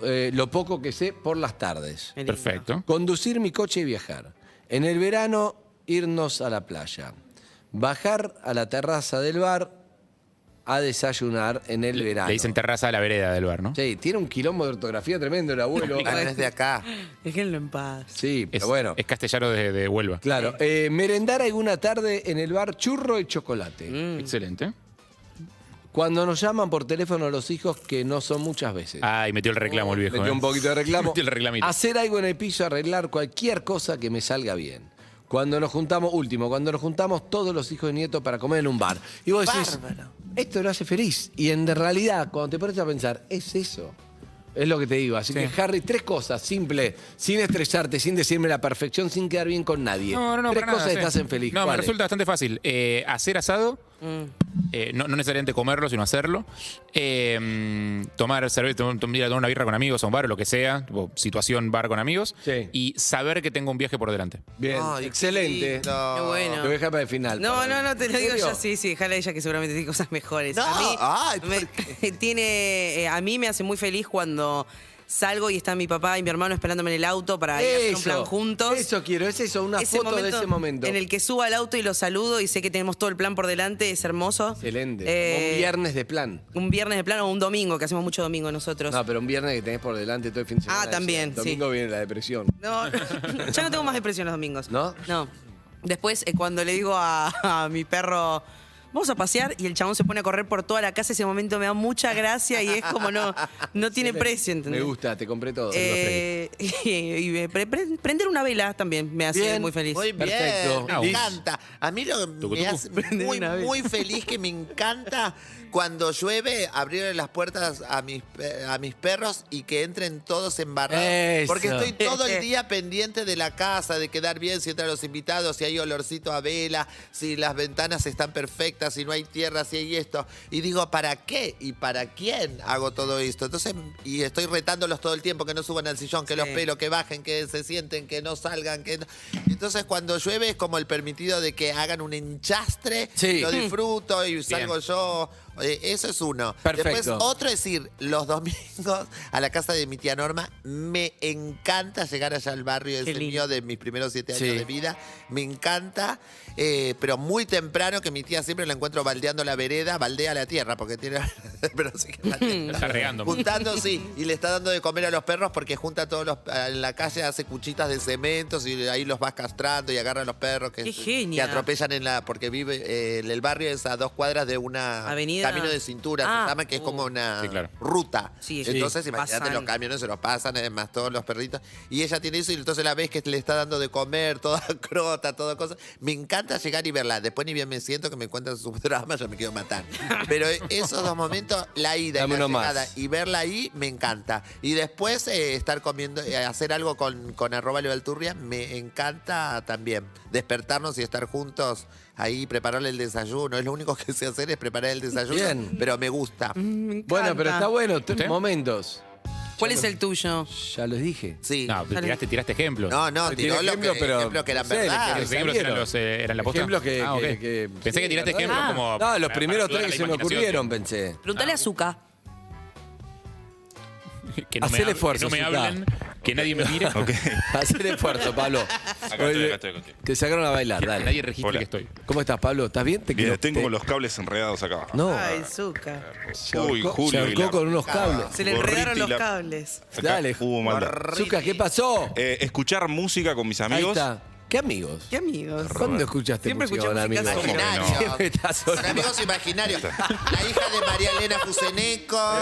[SPEAKER 7] eh, lo poco que sé, por las tardes.
[SPEAKER 10] Qué lindo.
[SPEAKER 8] Perfecto.
[SPEAKER 7] Conducir mi coche y viajar. En el verano, irnos a la playa. Bajar a la terraza del bar a desayunar en el verano.
[SPEAKER 8] Le dicen terraza a la vereda del bar, ¿no?
[SPEAKER 7] Sí, tiene un quilombo de ortografía tremendo el abuelo.
[SPEAKER 6] Ah, no es de acá.
[SPEAKER 10] Déjenlo en paz.
[SPEAKER 7] Sí,
[SPEAKER 8] Es,
[SPEAKER 7] pero bueno.
[SPEAKER 8] es castellano de, de Huelva.
[SPEAKER 7] Claro. Eh, merendar alguna tarde en el bar churro y chocolate.
[SPEAKER 8] Mm.
[SPEAKER 7] Mm.
[SPEAKER 8] Excelente.
[SPEAKER 7] Cuando nos llaman por teléfono los hijos, que no son muchas veces.
[SPEAKER 8] Ay, metió el reclamo el viejo.
[SPEAKER 7] Oh, Metió
[SPEAKER 8] ¿eh?
[SPEAKER 7] un poquito de reclamo.
[SPEAKER 8] Metió el reclamito.
[SPEAKER 7] Hacer algo en el piso, arreglar cualquier cosa que me salga bien. Cuando nos juntamos, último, cuando nos juntamos todos los hijos y nietos para comer en un bar. Y vos decís, esto lo hace feliz. Y en realidad, cuando te pones a pensar, es eso. Es lo que te digo. Así que, Harry, tres cosas, simple, sin estresarte, sin decirme la perfección, sin quedar bien con nadie.
[SPEAKER 8] No, no, no.
[SPEAKER 7] Tres
[SPEAKER 8] para nada,
[SPEAKER 7] cosas
[SPEAKER 8] sí.
[SPEAKER 7] estás en feliz. Mm.
[SPEAKER 8] No, me
[SPEAKER 7] ¿Cuáles?
[SPEAKER 8] resulta bastante fácil. Eh, hacer asado, eh, no, no necesariamente comerlo, sino hacerlo. Eh, tomar cerveza, tom- tom- ir a tomar una birra con amigos, a un bar o lo que sea, tipo, situación bar con amigos. Y saber que tengo un viaje por delante.
[SPEAKER 7] Bien, excelente.
[SPEAKER 10] Qué bueno.
[SPEAKER 7] Te voy a dejar para el final.
[SPEAKER 10] No, no, no, te lo
[SPEAKER 7] ¿En
[SPEAKER 10] digo
[SPEAKER 7] serio?
[SPEAKER 10] yo, sí, sí, déjala a ella que seguramente tiene cosas mejores.
[SPEAKER 6] No,
[SPEAKER 10] a mí
[SPEAKER 6] ay,
[SPEAKER 10] me- tiene, eh, a mí me hace muy feliz cuando salgo y está mi papá y mi hermano esperándome en el auto para ir a hacer un
[SPEAKER 7] Ah, Eso,
[SPEAKER 10] plan juntos.
[SPEAKER 7] Eso quiero, es eso, una
[SPEAKER 10] Ese
[SPEAKER 7] foto de ese momento.
[SPEAKER 10] En el que subo al auto y lo saludo y sé que tenemos todo el plan por delante, es hermoso.
[SPEAKER 7] Excelente.
[SPEAKER 10] Eh,
[SPEAKER 7] un viernes de plan.
[SPEAKER 10] Un viernes de plan o un domingo, que hacemos mucho domingo nosotros.
[SPEAKER 7] No, pero un viernes que tenés por delante todo el fin de semana.
[SPEAKER 10] Ah, también, sí.
[SPEAKER 7] Domingo viene la depresión.
[SPEAKER 10] No, ya no tengo más depresión los domingos.
[SPEAKER 7] ¿No?
[SPEAKER 10] No. Después, eh, cuando le digo a, a mi perro, vamos a pasear, y el chabón se pone a correr por toda la casa, ese momento me da mucha gracia y es como no, no tiene precio, ¿entendés?
[SPEAKER 7] Me gusta, te compré todo.
[SPEAKER 10] Eh, y, y pre- pre- prender una vela también me hace muy feliz.
[SPEAKER 6] Muy bien,
[SPEAKER 7] Perfecto.
[SPEAKER 6] me
[SPEAKER 7] Aus.
[SPEAKER 6] encanta. A mí lo que
[SPEAKER 7] Tucu,
[SPEAKER 6] me
[SPEAKER 7] tucu.
[SPEAKER 6] hace muy,
[SPEAKER 7] Una vez.
[SPEAKER 6] muy feliz que me encanta cuando llueve abrirle las puertas a mis, pe- a mis perros y que entren todos embarrados.
[SPEAKER 7] Eso.
[SPEAKER 6] Porque estoy todo el día pendiente de la casa, de quedar bien, si entran los invitados, si hay olorcito a vela, si las ventanas están perfectas, si no hay tierra, si hay esto. Y digo, ¿para qué y para quién hago todo esto? Entonces, y estoy retándolos todo el tiempo, que no suban al sillón, que los pelo, que bajen, que se sienten, que no salgan, que no- Entonces cuando llueve es como el permitido de que hagan un enchastre,
[SPEAKER 7] Sí.
[SPEAKER 6] lo disfruto y salgo
[SPEAKER 7] Bien.
[SPEAKER 6] yo. Eh, Eso es uno.
[SPEAKER 7] Perfecto.
[SPEAKER 6] Después otro es ir los domingos a la casa de mi tía Norma. Me encanta llegar allá al barrio, es
[SPEAKER 7] Qué
[SPEAKER 6] el
[SPEAKER 7] lindo.
[SPEAKER 6] mío de mis primeros siete años
[SPEAKER 7] Sí.
[SPEAKER 6] de vida. Me encanta, eh, pero muy temprano que mi tía siempre la encuentro baldeando la vereda, baldea la tierra, porque tiene... pero sí que la tierra.
[SPEAKER 8] Está regando.
[SPEAKER 6] Juntando, sí, y le está dando de comer a los perros porque junta a todos los. En la calle hace cuchitas de cementos y ahí los vas castrando y agarra a los perros que,
[SPEAKER 10] ¡Qué
[SPEAKER 6] que
[SPEAKER 10] genia!
[SPEAKER 6] atropellan en la. Porque vive. eh, el barrio es a dos cuadras de una.
[SPEAKER 10] Avenida.
[SPEAKER 6] Camino de cintura,
[SPEAKER 10] Ah.
[SPEAKER 6] se llama, que es como una
[SPEAKER 8] Sí, claro.
[SPEAKER 6] ruta.
[SPEAKER 10] Sí, es que
[SPEAKER 6] entonces,
[SPEAKER 10] sí,
[SPEAKER 6] imagínate,
[SPEAKER 10] pasan.
[SPEAKER 6] los camiones se los pasan, además todos los perritos. Y ella tiene eso y entonces la ves que le está dando de comer, toda crota, toda cosa. Me encanta llegar y verla. Después ni bien me siento que me cuentan sus dramas, yo me quiero matar. Pero esos dos momentos, la ida y
[SPEAKER 7] Dame
[SPEAKER 6] la
[SPEAKER 7] uno más.
[SPEAKER 6] llegada y verla ahí me encanta. Y después eh, estar comiendo, eh, hacer algo con, con arroba Levalturria me encanta también. Despertarnos y estar juntos ahí, prepararle el desayuno. Es lo único que sé hacer es preparar el desayuno.
[SPEAKER 7] Bien.
[SPEAKER 6] Pero me gusta.
[SPEAKER 7] Bueno, pero está bueno, tres
[SPEAKER 6] ¿Usted?
[SPEAKER 7] momentos.
[SPEAKER 10] ¿Cuál es el tuyo?
[SPEAKER 7] Ya los dije.
[SPEAKER 6] Sí.
[SPEAKER 8] No, pero tiraste, tiraste ejemplos.
[SPEAKER 6] No, no,
[SPEAKER 7] Tiene
[SPEAKER 6] tiró lo que,
[SPEAKER 7] ejemplos, pero
[SPEAKER 6] ejemplos que eran
[SPEAKER 7] no sé,
[SPEAKER 6] verdad.
[SPEAKER 7] que
[SPEAKER 8] Los ejemplos eran, los, eh, eran la posta.
[SPEAKER 7] ah, Ejemplos que,
[SPEAKER 8] Ah, ok.
[SPEAKER 7] que- que-
[SPEAKER 8] Pensé que
[SPEAKER 7] sí,
[SPEAKER 8] tiraste
[SPEAKER 7] ¿verdad?
[SPEAKER 8] ejemplos como.
[SPEAKER 7] No, los
[SPEAKER 8] para-
[SPEAKER 7] primeros
[SPEAKER 8] para ayudar
[SPEAKER 7] tres que
[SPEAKER 8] a
[SPEAKER 7] se
[SPEAKER 8] la
[SPEAKER 7] me ocurrieron,
[SPEAKER 8] imaginación.
[SPEAKER 7] pensé.
[SPEAKER 10] Preguntale a Zuka.
[SPEAKER 8] Que no, me,
[SPEAKER 7] Hacele
[SPEAKER 8] hab-
[SPEAKER 7] esfuerzo,
[SPEAKER 8] que no me
[SPEAKER 7] Zucca.
[SPEAKER 8] hablen, que nadie me mire.
[SPEAKER 7] Hacer esfuerzo, Pablo.
[SPEAKER 11] estoy,
[SPEAKER 7] Oye,
[SPEAKER 11] acá estoy, acá estoy.
[SPEAKER 7] Te sacaron a bailar, dale.
[SPEAKER 8] Nadie registre que estoy.
[SPEAKER 7] ¿Cómo estás, Pablo? ¿Estás bien? Te
[SPEAKER 11] Bien,
[SPEAKER 7] quiero-
[SPEAKER 11] tengo
[SPEAKER 7] te-
[SPEAKER 11] los cables enredados acá abajo.
[SPEAKER 7] No.
[SPEAKER 10] Ay, Zuka.
[SPEAKER 7] Se
[SPEAKER 11] Uy,
[SPEAKER 7] ahorcó-
[SPEAKER 11] Julio
[SPEAKER 7] Se ahorcó
[SPEAKER 11] Aguilar.
[SPEAKER 7] con unos cables.
[SPEAKER 10] Se le
[SPEAKER 11] Gorriti
[SPEAKER 10] enredaron los
[SPEAKER 11] la-
[SPEAKER 10] cables.
[SPEAKER 11] Acá
[SPEAKER 7] Dale.
[SPEAKER 11] Hubo maldad.
[SPEAKER 7] Zucca, ¿qué pasó?
[SPEAKER 11] Eh, escuchar música con mis
[SPEAKER 7] Ahí
[SPEAKER 11] amigos.
[SPEAKER 7] está. ¿Qué amigos?
[SPEAKER 10] ¿Qué amigos?
[SPEAKER 7] ¿Cuándo escuchaste
[SPEAKER 10] Siempre
[SPEAKER 7] música con
[SPEAKER 10] escuché
[SPEAKER 7] amigos?
[SPEAKER 10] música
[SPEAKER 11] con amigos.
[SPEAKER 7] Siempre estás solo.
[SPEAKER 6] Son amigos imaginarios. La hija de María Elena Fuseneco.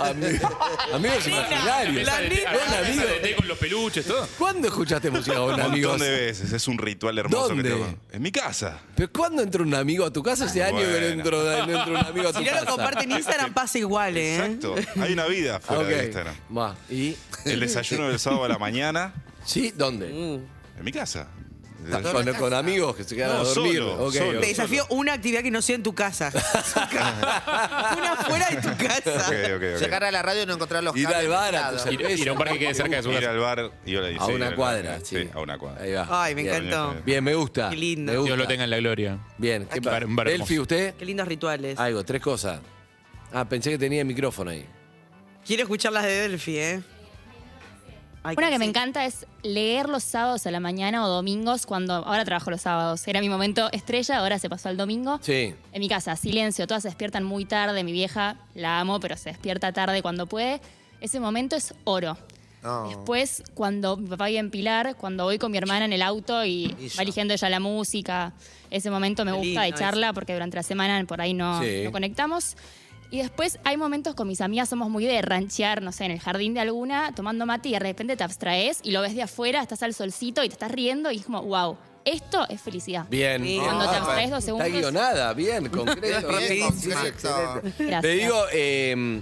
[SPEAKER 7] amigos. Amigos imaginarios.
[SPEAKER 10] la nena.
[SPEAKER 7] Buen
[SPEAKER 8] Esa
[SPEAKER 7] amigo.
[SPEAKER 8] de té con los peluches, todo.
[SPEAKER 7] ¿Cuándo escuchaste música con
[SPEAKER 11] Un montón
[SPEAKER 7] amigos?
[SPEAKER 11] de veces. Es un ritual hermoso
[SPEAKER 7] ¿Dónde?
[SPEAKER 11] que tengo. En mi casa.
[SPEAKER 7] ¿Pero cuándo entra un amigo a tu casa? Hace años que no
[SPEAKER 11] Bueno.
[SPEAKER 7] entró no entra un amigo a tu
[SPEAKER 10] Si
[SPEAKER 7] casa.
[SPEAKER 10] no lo comparten en Instagram, pasa igual, ¿eh?
[SPEAKER 11] Exacto. Hay una vida
[SPEAKER 7] Ah,
[SPEAKER 11] fuera
[SPEAKER 7] ok.
[SPEAKER 11] de Instagram.
[SPEAKER 7] Va, ¿Y?
[SPEAKER 11] El desayuno del sábado a la mañana.
[SPEAKER 7] ¿Sí? ¿Dónde?
[SPEAKER 10] Mm.
[SPEAKER 11] En mi casa.
[SPEAKER 7] Con, con amigos que se quedan
[SPEAKER 11] No,
[SPEAKER 7] a Ah, dormir.
[SPEAKER 11] solo,
[SPEAKER 7] Ok,
[SPEAKER 11] solo.
[SPEAKER 10] Te
[SPEAKER 7] ok.
[SPEAKER 10] desafío una actividad que no sea en tu casa. una fuera de tu casa.
[SPEAKER 11] Ok, ok, ok.
[SPEAKER 6] Llegar a la radio y no encontrar los
[SPEAKER 7] Ir al
[SPEAKER 6] cables
[SPEAKER 7] bar a
[SPEAKER 6] tirados.
[SPEAKER 7] tus
[SPEAKER 8] Ir, ir a un bar que quede cerca de su
[SPEAKER 11] Ir
[SPEAKER 8] casa.
[SPEAKER 11] al bar y hola, y
[SPEAKER 7] A
[SPEAKER 11] sí,
[SPEAKER 7] una
[SPEAKER 11] hola,
[SPEAKER 7] cuadra, sí.
[SPEAKER 11] a una cuadra.
[SPEAKER 7] Ahí va.
[SPEAKER 10] Ay, me
[SPEAKER 7] Bien.
[SPEAKER 10] encantó.
[SPEAKER 11] encanta.
[SPEAKER 7] Bien, me gusta.
[SPEAKER 10] Qué lindo.
[SPEAKER 7] Me gusta.
[SPEAKER 8] Dios lo tenga en la gloria.
[SPEAKER 7] Bien, ¿qué
[SPEAKER 8] Un bar-
[SPEAKER 7] pasa?
[SPEAKER 8] un bar hermoso.
[SPEAKER 7] Delphi, ¿usted?
[SPEAKER 10] Qué lindos rituales.
[SPEAKER 7] Algo, tres cosas. Ah, pensé que tenía micrófono ahí.
[SPEAKER 10] Quiero escuchar las de Delphi, ¿eh? Ay,
[SPEAKER 13] Una que
[SPEAKER 10] sí.
[SPEAKER 13] me encanta es leer los sábados a la mañana o domingos cuando ahora trabajo los sábados. Era mi momento estrella, ahora se pasó al domingo.
[SPEAKER 7] Sí.
[SPEAKER 13] En mi casa, silencio, todas se despiertan muy tarde, mi vieja la amo, pero se despierta tarde cuando puede. Ese momento es oro.
[SPEAKER 6] No.
[SPEAKER 13] Después, cuando mi papá vive en Pilar, cuando voy con mi hermana en el auto y
[SPEAKER 6] Ella.
[SPEAKER 13] va eligiendo ella la música, ese momento me
[SPEAKER 10] Qué
[SPEAKER 13] gusta de
[SPEAKER 10] lindo
[SPEAKER 13] charla porque durante la semana por ahí no,
[SPEAKER 7] Sí.
[SPEAKER 13] no conectamos. Y después hay momentos con mis amigas, somos muy de ranchear, no sé, en el jardín de alguna, tomando mate y de repente te abstraes y lo ves de afuera, estás al solcito y te estás riendo y es como, wow, esto es felicidad.
[SPEAKER 7] Bien.
[SPEAKER 10] Sí.
[SPEAKER 7] Ah,
[SPEAKER 10] Cuando te
[SPEAKER 13] abstraes dos
[SPEAKER 7] Está
[SPEAKER 13] segundos.
[SPEAKER 7] guionada, bien, concreto.
[SPEAKER 6] Bien,
[SPEAKER 7] bien,
[SPEAKER 6] concreto.
[SPEAKER 7] excelente.
[SPEAKER 13] Gracias.
[SPEAKER 7] Te digo, eh,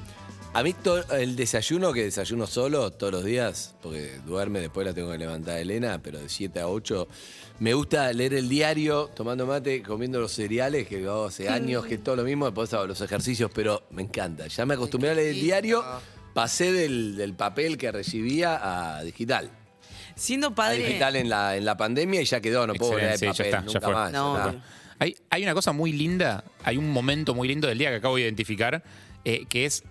[SPEAKER 7] A mí to- el desayuno, que desayuno solo todos los días, porque duerme, después la tengo que levantar a Elena, pero de 7 a 8. Me gusta leer el diario, tomando mate, comiendo los cereales, que lo hago hace años, que es todo lo mismo, después hago los ejercicios, pero me encanta. Ya me acostumbré a leer el diario, pasé del, del papel que recibía a digital.
[SPEAKER 10] Siendo
[SPEAKER 7] A
[SPEAKER 10] padre.
[SPEAKER 7] digital en la, en la pandemia y ya quedó, no puedo leer
[SPEAKER 8] Excelente,
[SPEAKER 7] el papel
[SPEAKER 8] sí, ya está, ya
[SPEAKER 7] nunca
[SPEAKER 8] fue.
[SPEAKER 7] más. ya está.
[SPEAKER 8] Hay, hay una cosa muy linda, hay un momento muy lindo del día que acabo de identificar, eh, que es.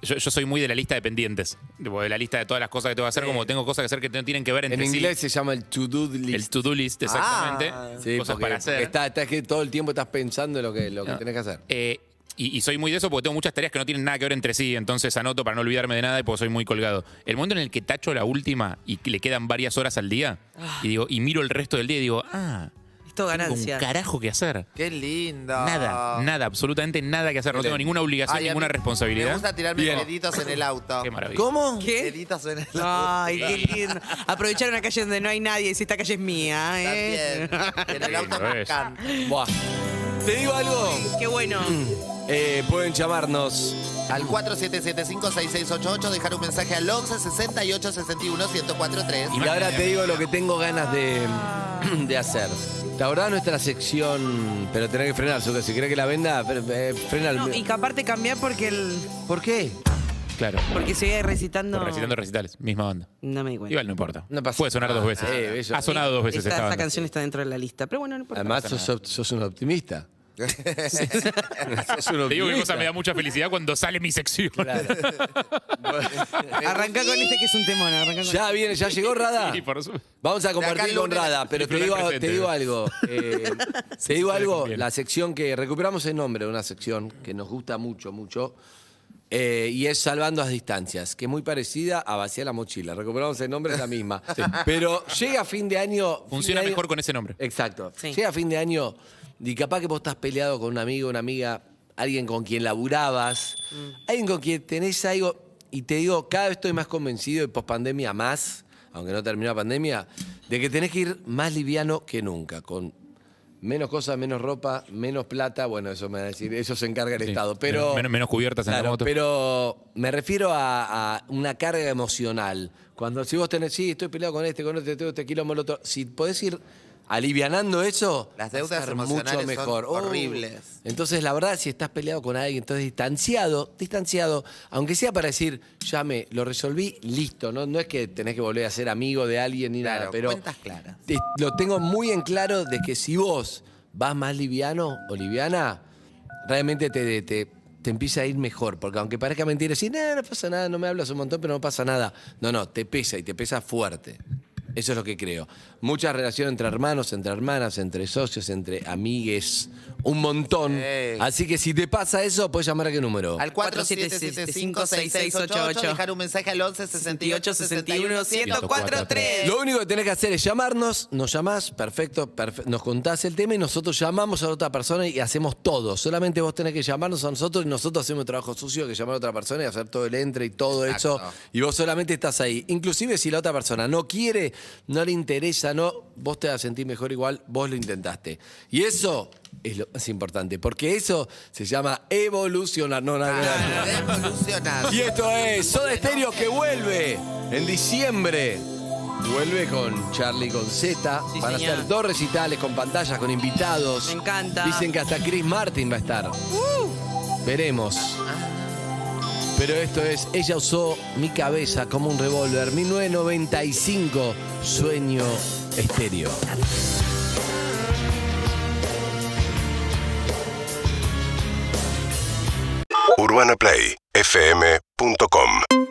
[SPEAKER 8] Yo, yo soy muy de la lista de pendientes, tipo, de la lista de todas las cosas que tengo que hacer, como tengo cosas que hacer que no tienen que ver
[SPEAKER 7] En
[SPEAKER 8] entre sí.
[SPEAKER 7] inglés se llama el to-do list. Ah.
[SPEAKER 8] El to-do list, exactamente.
[SPEAKER 7] sí,
[SPEAKER 8] cosas
[SPEAKER 7] porque-
[SPEAKER 8] para
[SPEAKER 7] porque
[SPEAKER 8] hacer.
[SPEAKER 7] Está, está que todo el tiempo estás pensando en lo que, lo que
[SPEAKER 8] No.
[SPEAKER 7] tenés que hacer.
[SPEAKER 8] Eh, y, y soy muy de eso porque tengo muchas tareas que no tienen nada que ver entre sí, entonces anoto para no olvidarme de nada y porque soy muy colgado. El momento en el que tacho la última y que le quedan varias horas al día, y digo, y miro el resto del día y digo, ah,
[SPEAKER 10] esto
[SPEAKER 8] un
[SPEAKER 10] ganancia.
[SPEAKER 8] carajo que hacer.
[SPEAKER 6] Qué lindo.
[SPEAKER 8] Nada, nada, absolutamente nada que hacer. No tengo ninguna obligación,
[SPEAKER 6] Ah. Ay, a
[SPEAKER 8] ninguna
[SPEAKER 6] mí
[SPEAKER 8] responsabilidad.
[SPEAKER 6] Me gusta tirarme
[SPEAKER 8] Bien.
[SPEAKER 6] deditos en el auto.
[SPEAKER 8] Qué maravilla.
[SPEAKER 6] ¿Cómo?
[SPEAKER 10] ¿Qué?
[SPEAKER 6] Deditos en el auto.
[SPEAKER 10] Ay, qué lindo. Aprovechar una calle donde no hay nadie y si esta calle es mía, ¿eh?
[SPEAKER 6] En el auto
[SPEAKER 7] Lindo
[SPEAKER 6] me
[SPEAKER 7] es.
[SPEAKER 6] encanta.
[SPEAKER 7] Buah. Te digo algo.
[SPEAKER 10] Qué bueno.
[SPEAKER 8] Mm.
[SPEAKER 7] Eh, pueden llamarnos.
[SPEAKER 6] Al 4775-6688, dejar un mensaje al 11 68 61 1043.
[SPEAKER 7] Y ahora te digo lo que tengo ganas de,
[SPEAKER 8] Ah.
[SPEAKER 7] de hacer. La verdad, nuestra sección. Pero tenés que frenar, Zucca. Si querés que la venda, fre- eh, frena el-
[SPEAKER 10] No, y que aparte cambiar porque el.
[SPEAKER 7] ¿Por qué?
[SPEAKER 8] Claro.
[SPEAKER 10] Porque sigue recitando.
[SPEAKER 8] Por recitando recitales, misma banda.
[SPEAKER 10] No me di cuenta.
[SPEAKER 8] Igual no importa.
[SPEAKER 7] No pasa
[SPEAKER 8] Puede sonar dos
[SPEAKER 7] nada.
[SPEAKER 8] veces.
[SPEAKER 7] Eh, bello.
[SPEAKER 8] ha sonado dos veces
[SPEAKER 10] Esta,
[SPEAKER 8] esta,
[SPEAKER 10] esta
[SPEAKER 8] banda.
[SPEAKER 10] canción está dentro de la lista. Pero bueno, no importa.
[SPEAKER 7] Además, sos, op- sos un optimista. Sos un
[SPEAKER 8] Te digo que cosa
[SPEAKER 7] optimista.
[SPEAKER 8] me da mucha felicidad cuando sale mi sección.
[SPEAKER 10] Arranca con este que es un temón. Arranca con
[SPEAKER 7] Ya viene, ya llegó Rada.
[SPEAKER 8] Sí, por supuesto.
[SPEAKER 7] Vamos a
[SPEAKER 6] De acá
[SPEAKER 7] compartir
[SPEAKER 6] al
[SPEAKER 7] con
[SPEAKER 6] lunes.
[SPEAKER 7] Rada, pero te digo,
[SPEAKER 8] Disfrutar presente,
[SPEAKER 7] te digo
[SPEAKER 8] ¿no?
[SPEAKER 7] algo. eh, te digo algo, la sección que recuperamos el nombre de una sección que nos gusta mucho, mucho, eh, y es Salvando las Distancias, que es muy parecida a Vaciar la Mochila. Recuperamos el nombre, es la misma. Pero llega fin de año... fin
[SPEAKER 8] Funciona
[SPEAKER 7] de año-
[SPEAKER 8] mejor con ese nombre.
[SPEAKER 7] Exacto. Llega fin de año y capaz que vos estás peleado con un amigo, una amiga, alguien con quien laburabas, alguien con quien tenés algo. Y te digo, cada vez estoy más convencido, y post pandemia más, aunque no terminó la pandemia, de que tenés que ir más liviano que nunca, con menos cosas, menos ropa, menos plata. Bueno, eso me va a decir, eso se encarga el
[SPEAKER 8] Sí.
[SPEAKER 7] Estado. Pero,
[SPEAKER 8] Menos- menos- menos cubiertas en la
[SPEAKER 7] Claro,
[SPEAKER 8] moto.
[SPEAKER 7] Pero me refiero a, a una carga emocional. Cuando si vos tenés, sí, estoy peleado con este, con este, tengo este quilombo, el otro. Si podés ir alivianando eso,
[SPEAKER 6] Las
[SPEAKER 7] vas a
[SPEAKER 6] deudas
[SPEAKER 7] estar
[SPEAKER 6] emocionales
[SPEAKER 7] mucho
[SPEAKER 6] son
[SPEAKER 7] mejor. Oh.
[SPEAKER 6] horribles.
[SPEAKER 7] Entonces, la verdad, si estás peleado con alguien, entonces distanciado, distanciado, aunque sea para decir, ya me lo resolví, listo. No, no es que tenés que volver a ser amigo de alguien ni nada,
[SPEAKER 6] Claro,
[SPEAKER 7] pero
[SPEAKER 6] cuentas claras.
[SPEAKER 7] te- lo tengo muy en claro de que si vos vas más liviano o liviana, realmente te, te, te empieza a ir mejor. Porque aunque parezca mentira, decir, no, no pasa nada, no me hablas un montón, pero no pasa nada. No, no, te pesa y te pesa fuerte. Eso es lo que creo. Mucha relación entre hermanos, entre hermanas, entre socios, entre amigues. Un montón.
[SPEAKER 6] Sí.
[SPEAKER 7] Así que si te pasa eso, puedes llamar a qué número.
[SPEAKER 6] Al 4775-6688, dejar un mensaje al 11 68 61 1043.
[SPEAKER 7] Lo único que tenés que hacer es llamarnos, nos llamás, perfecto, perfe- nos contás el tema y nosotros llamamos a la otra persona y hacemos todo. Solamente vos tenés que llamarnos a nosotros y nosotros hacemos el trabajo sucio que llamar a otra persona y hacer todo el entre y todo
[SPEAKER 6] Exacto.
[SPEAKER 7] eso. Y vos solamente estás ahí. Inclusive si la otra persona no quiere, no le interesa, no, vos te vas a sentir mejor igual, vos lo intentaste. Y eso es lo más importante, porque eso se llama evolucionar. No, nada,
[SPEAKER 6] Ah,
[SPEAKER 7] nada.
[SPEAKER 6] Evolucionado.
[SPEAKER 7] Y esto es Soda Stereo que vuelve en diciembre. Vuelve con Charlie con Z.
[SPEAKER 10] Sí,
[SPEAKER 7] Van a
[SPEAKER 10] señor.
[SPEAKER 7] hacer dos recitales con pantallas, con invitados.
[SPEAKER 10] Me encanta. Uh.
[SPEAKER 7] Dicen que hasta Chris Martin va a estar. Veremos.
[SPEAKER 10] Ah.
[SPEAKER 7] Pero esto es Ella usó mi cabeza como un revólver. 1995, Sueño Estéreo.
[SPEAKER 1] UrbanaPlayFM.com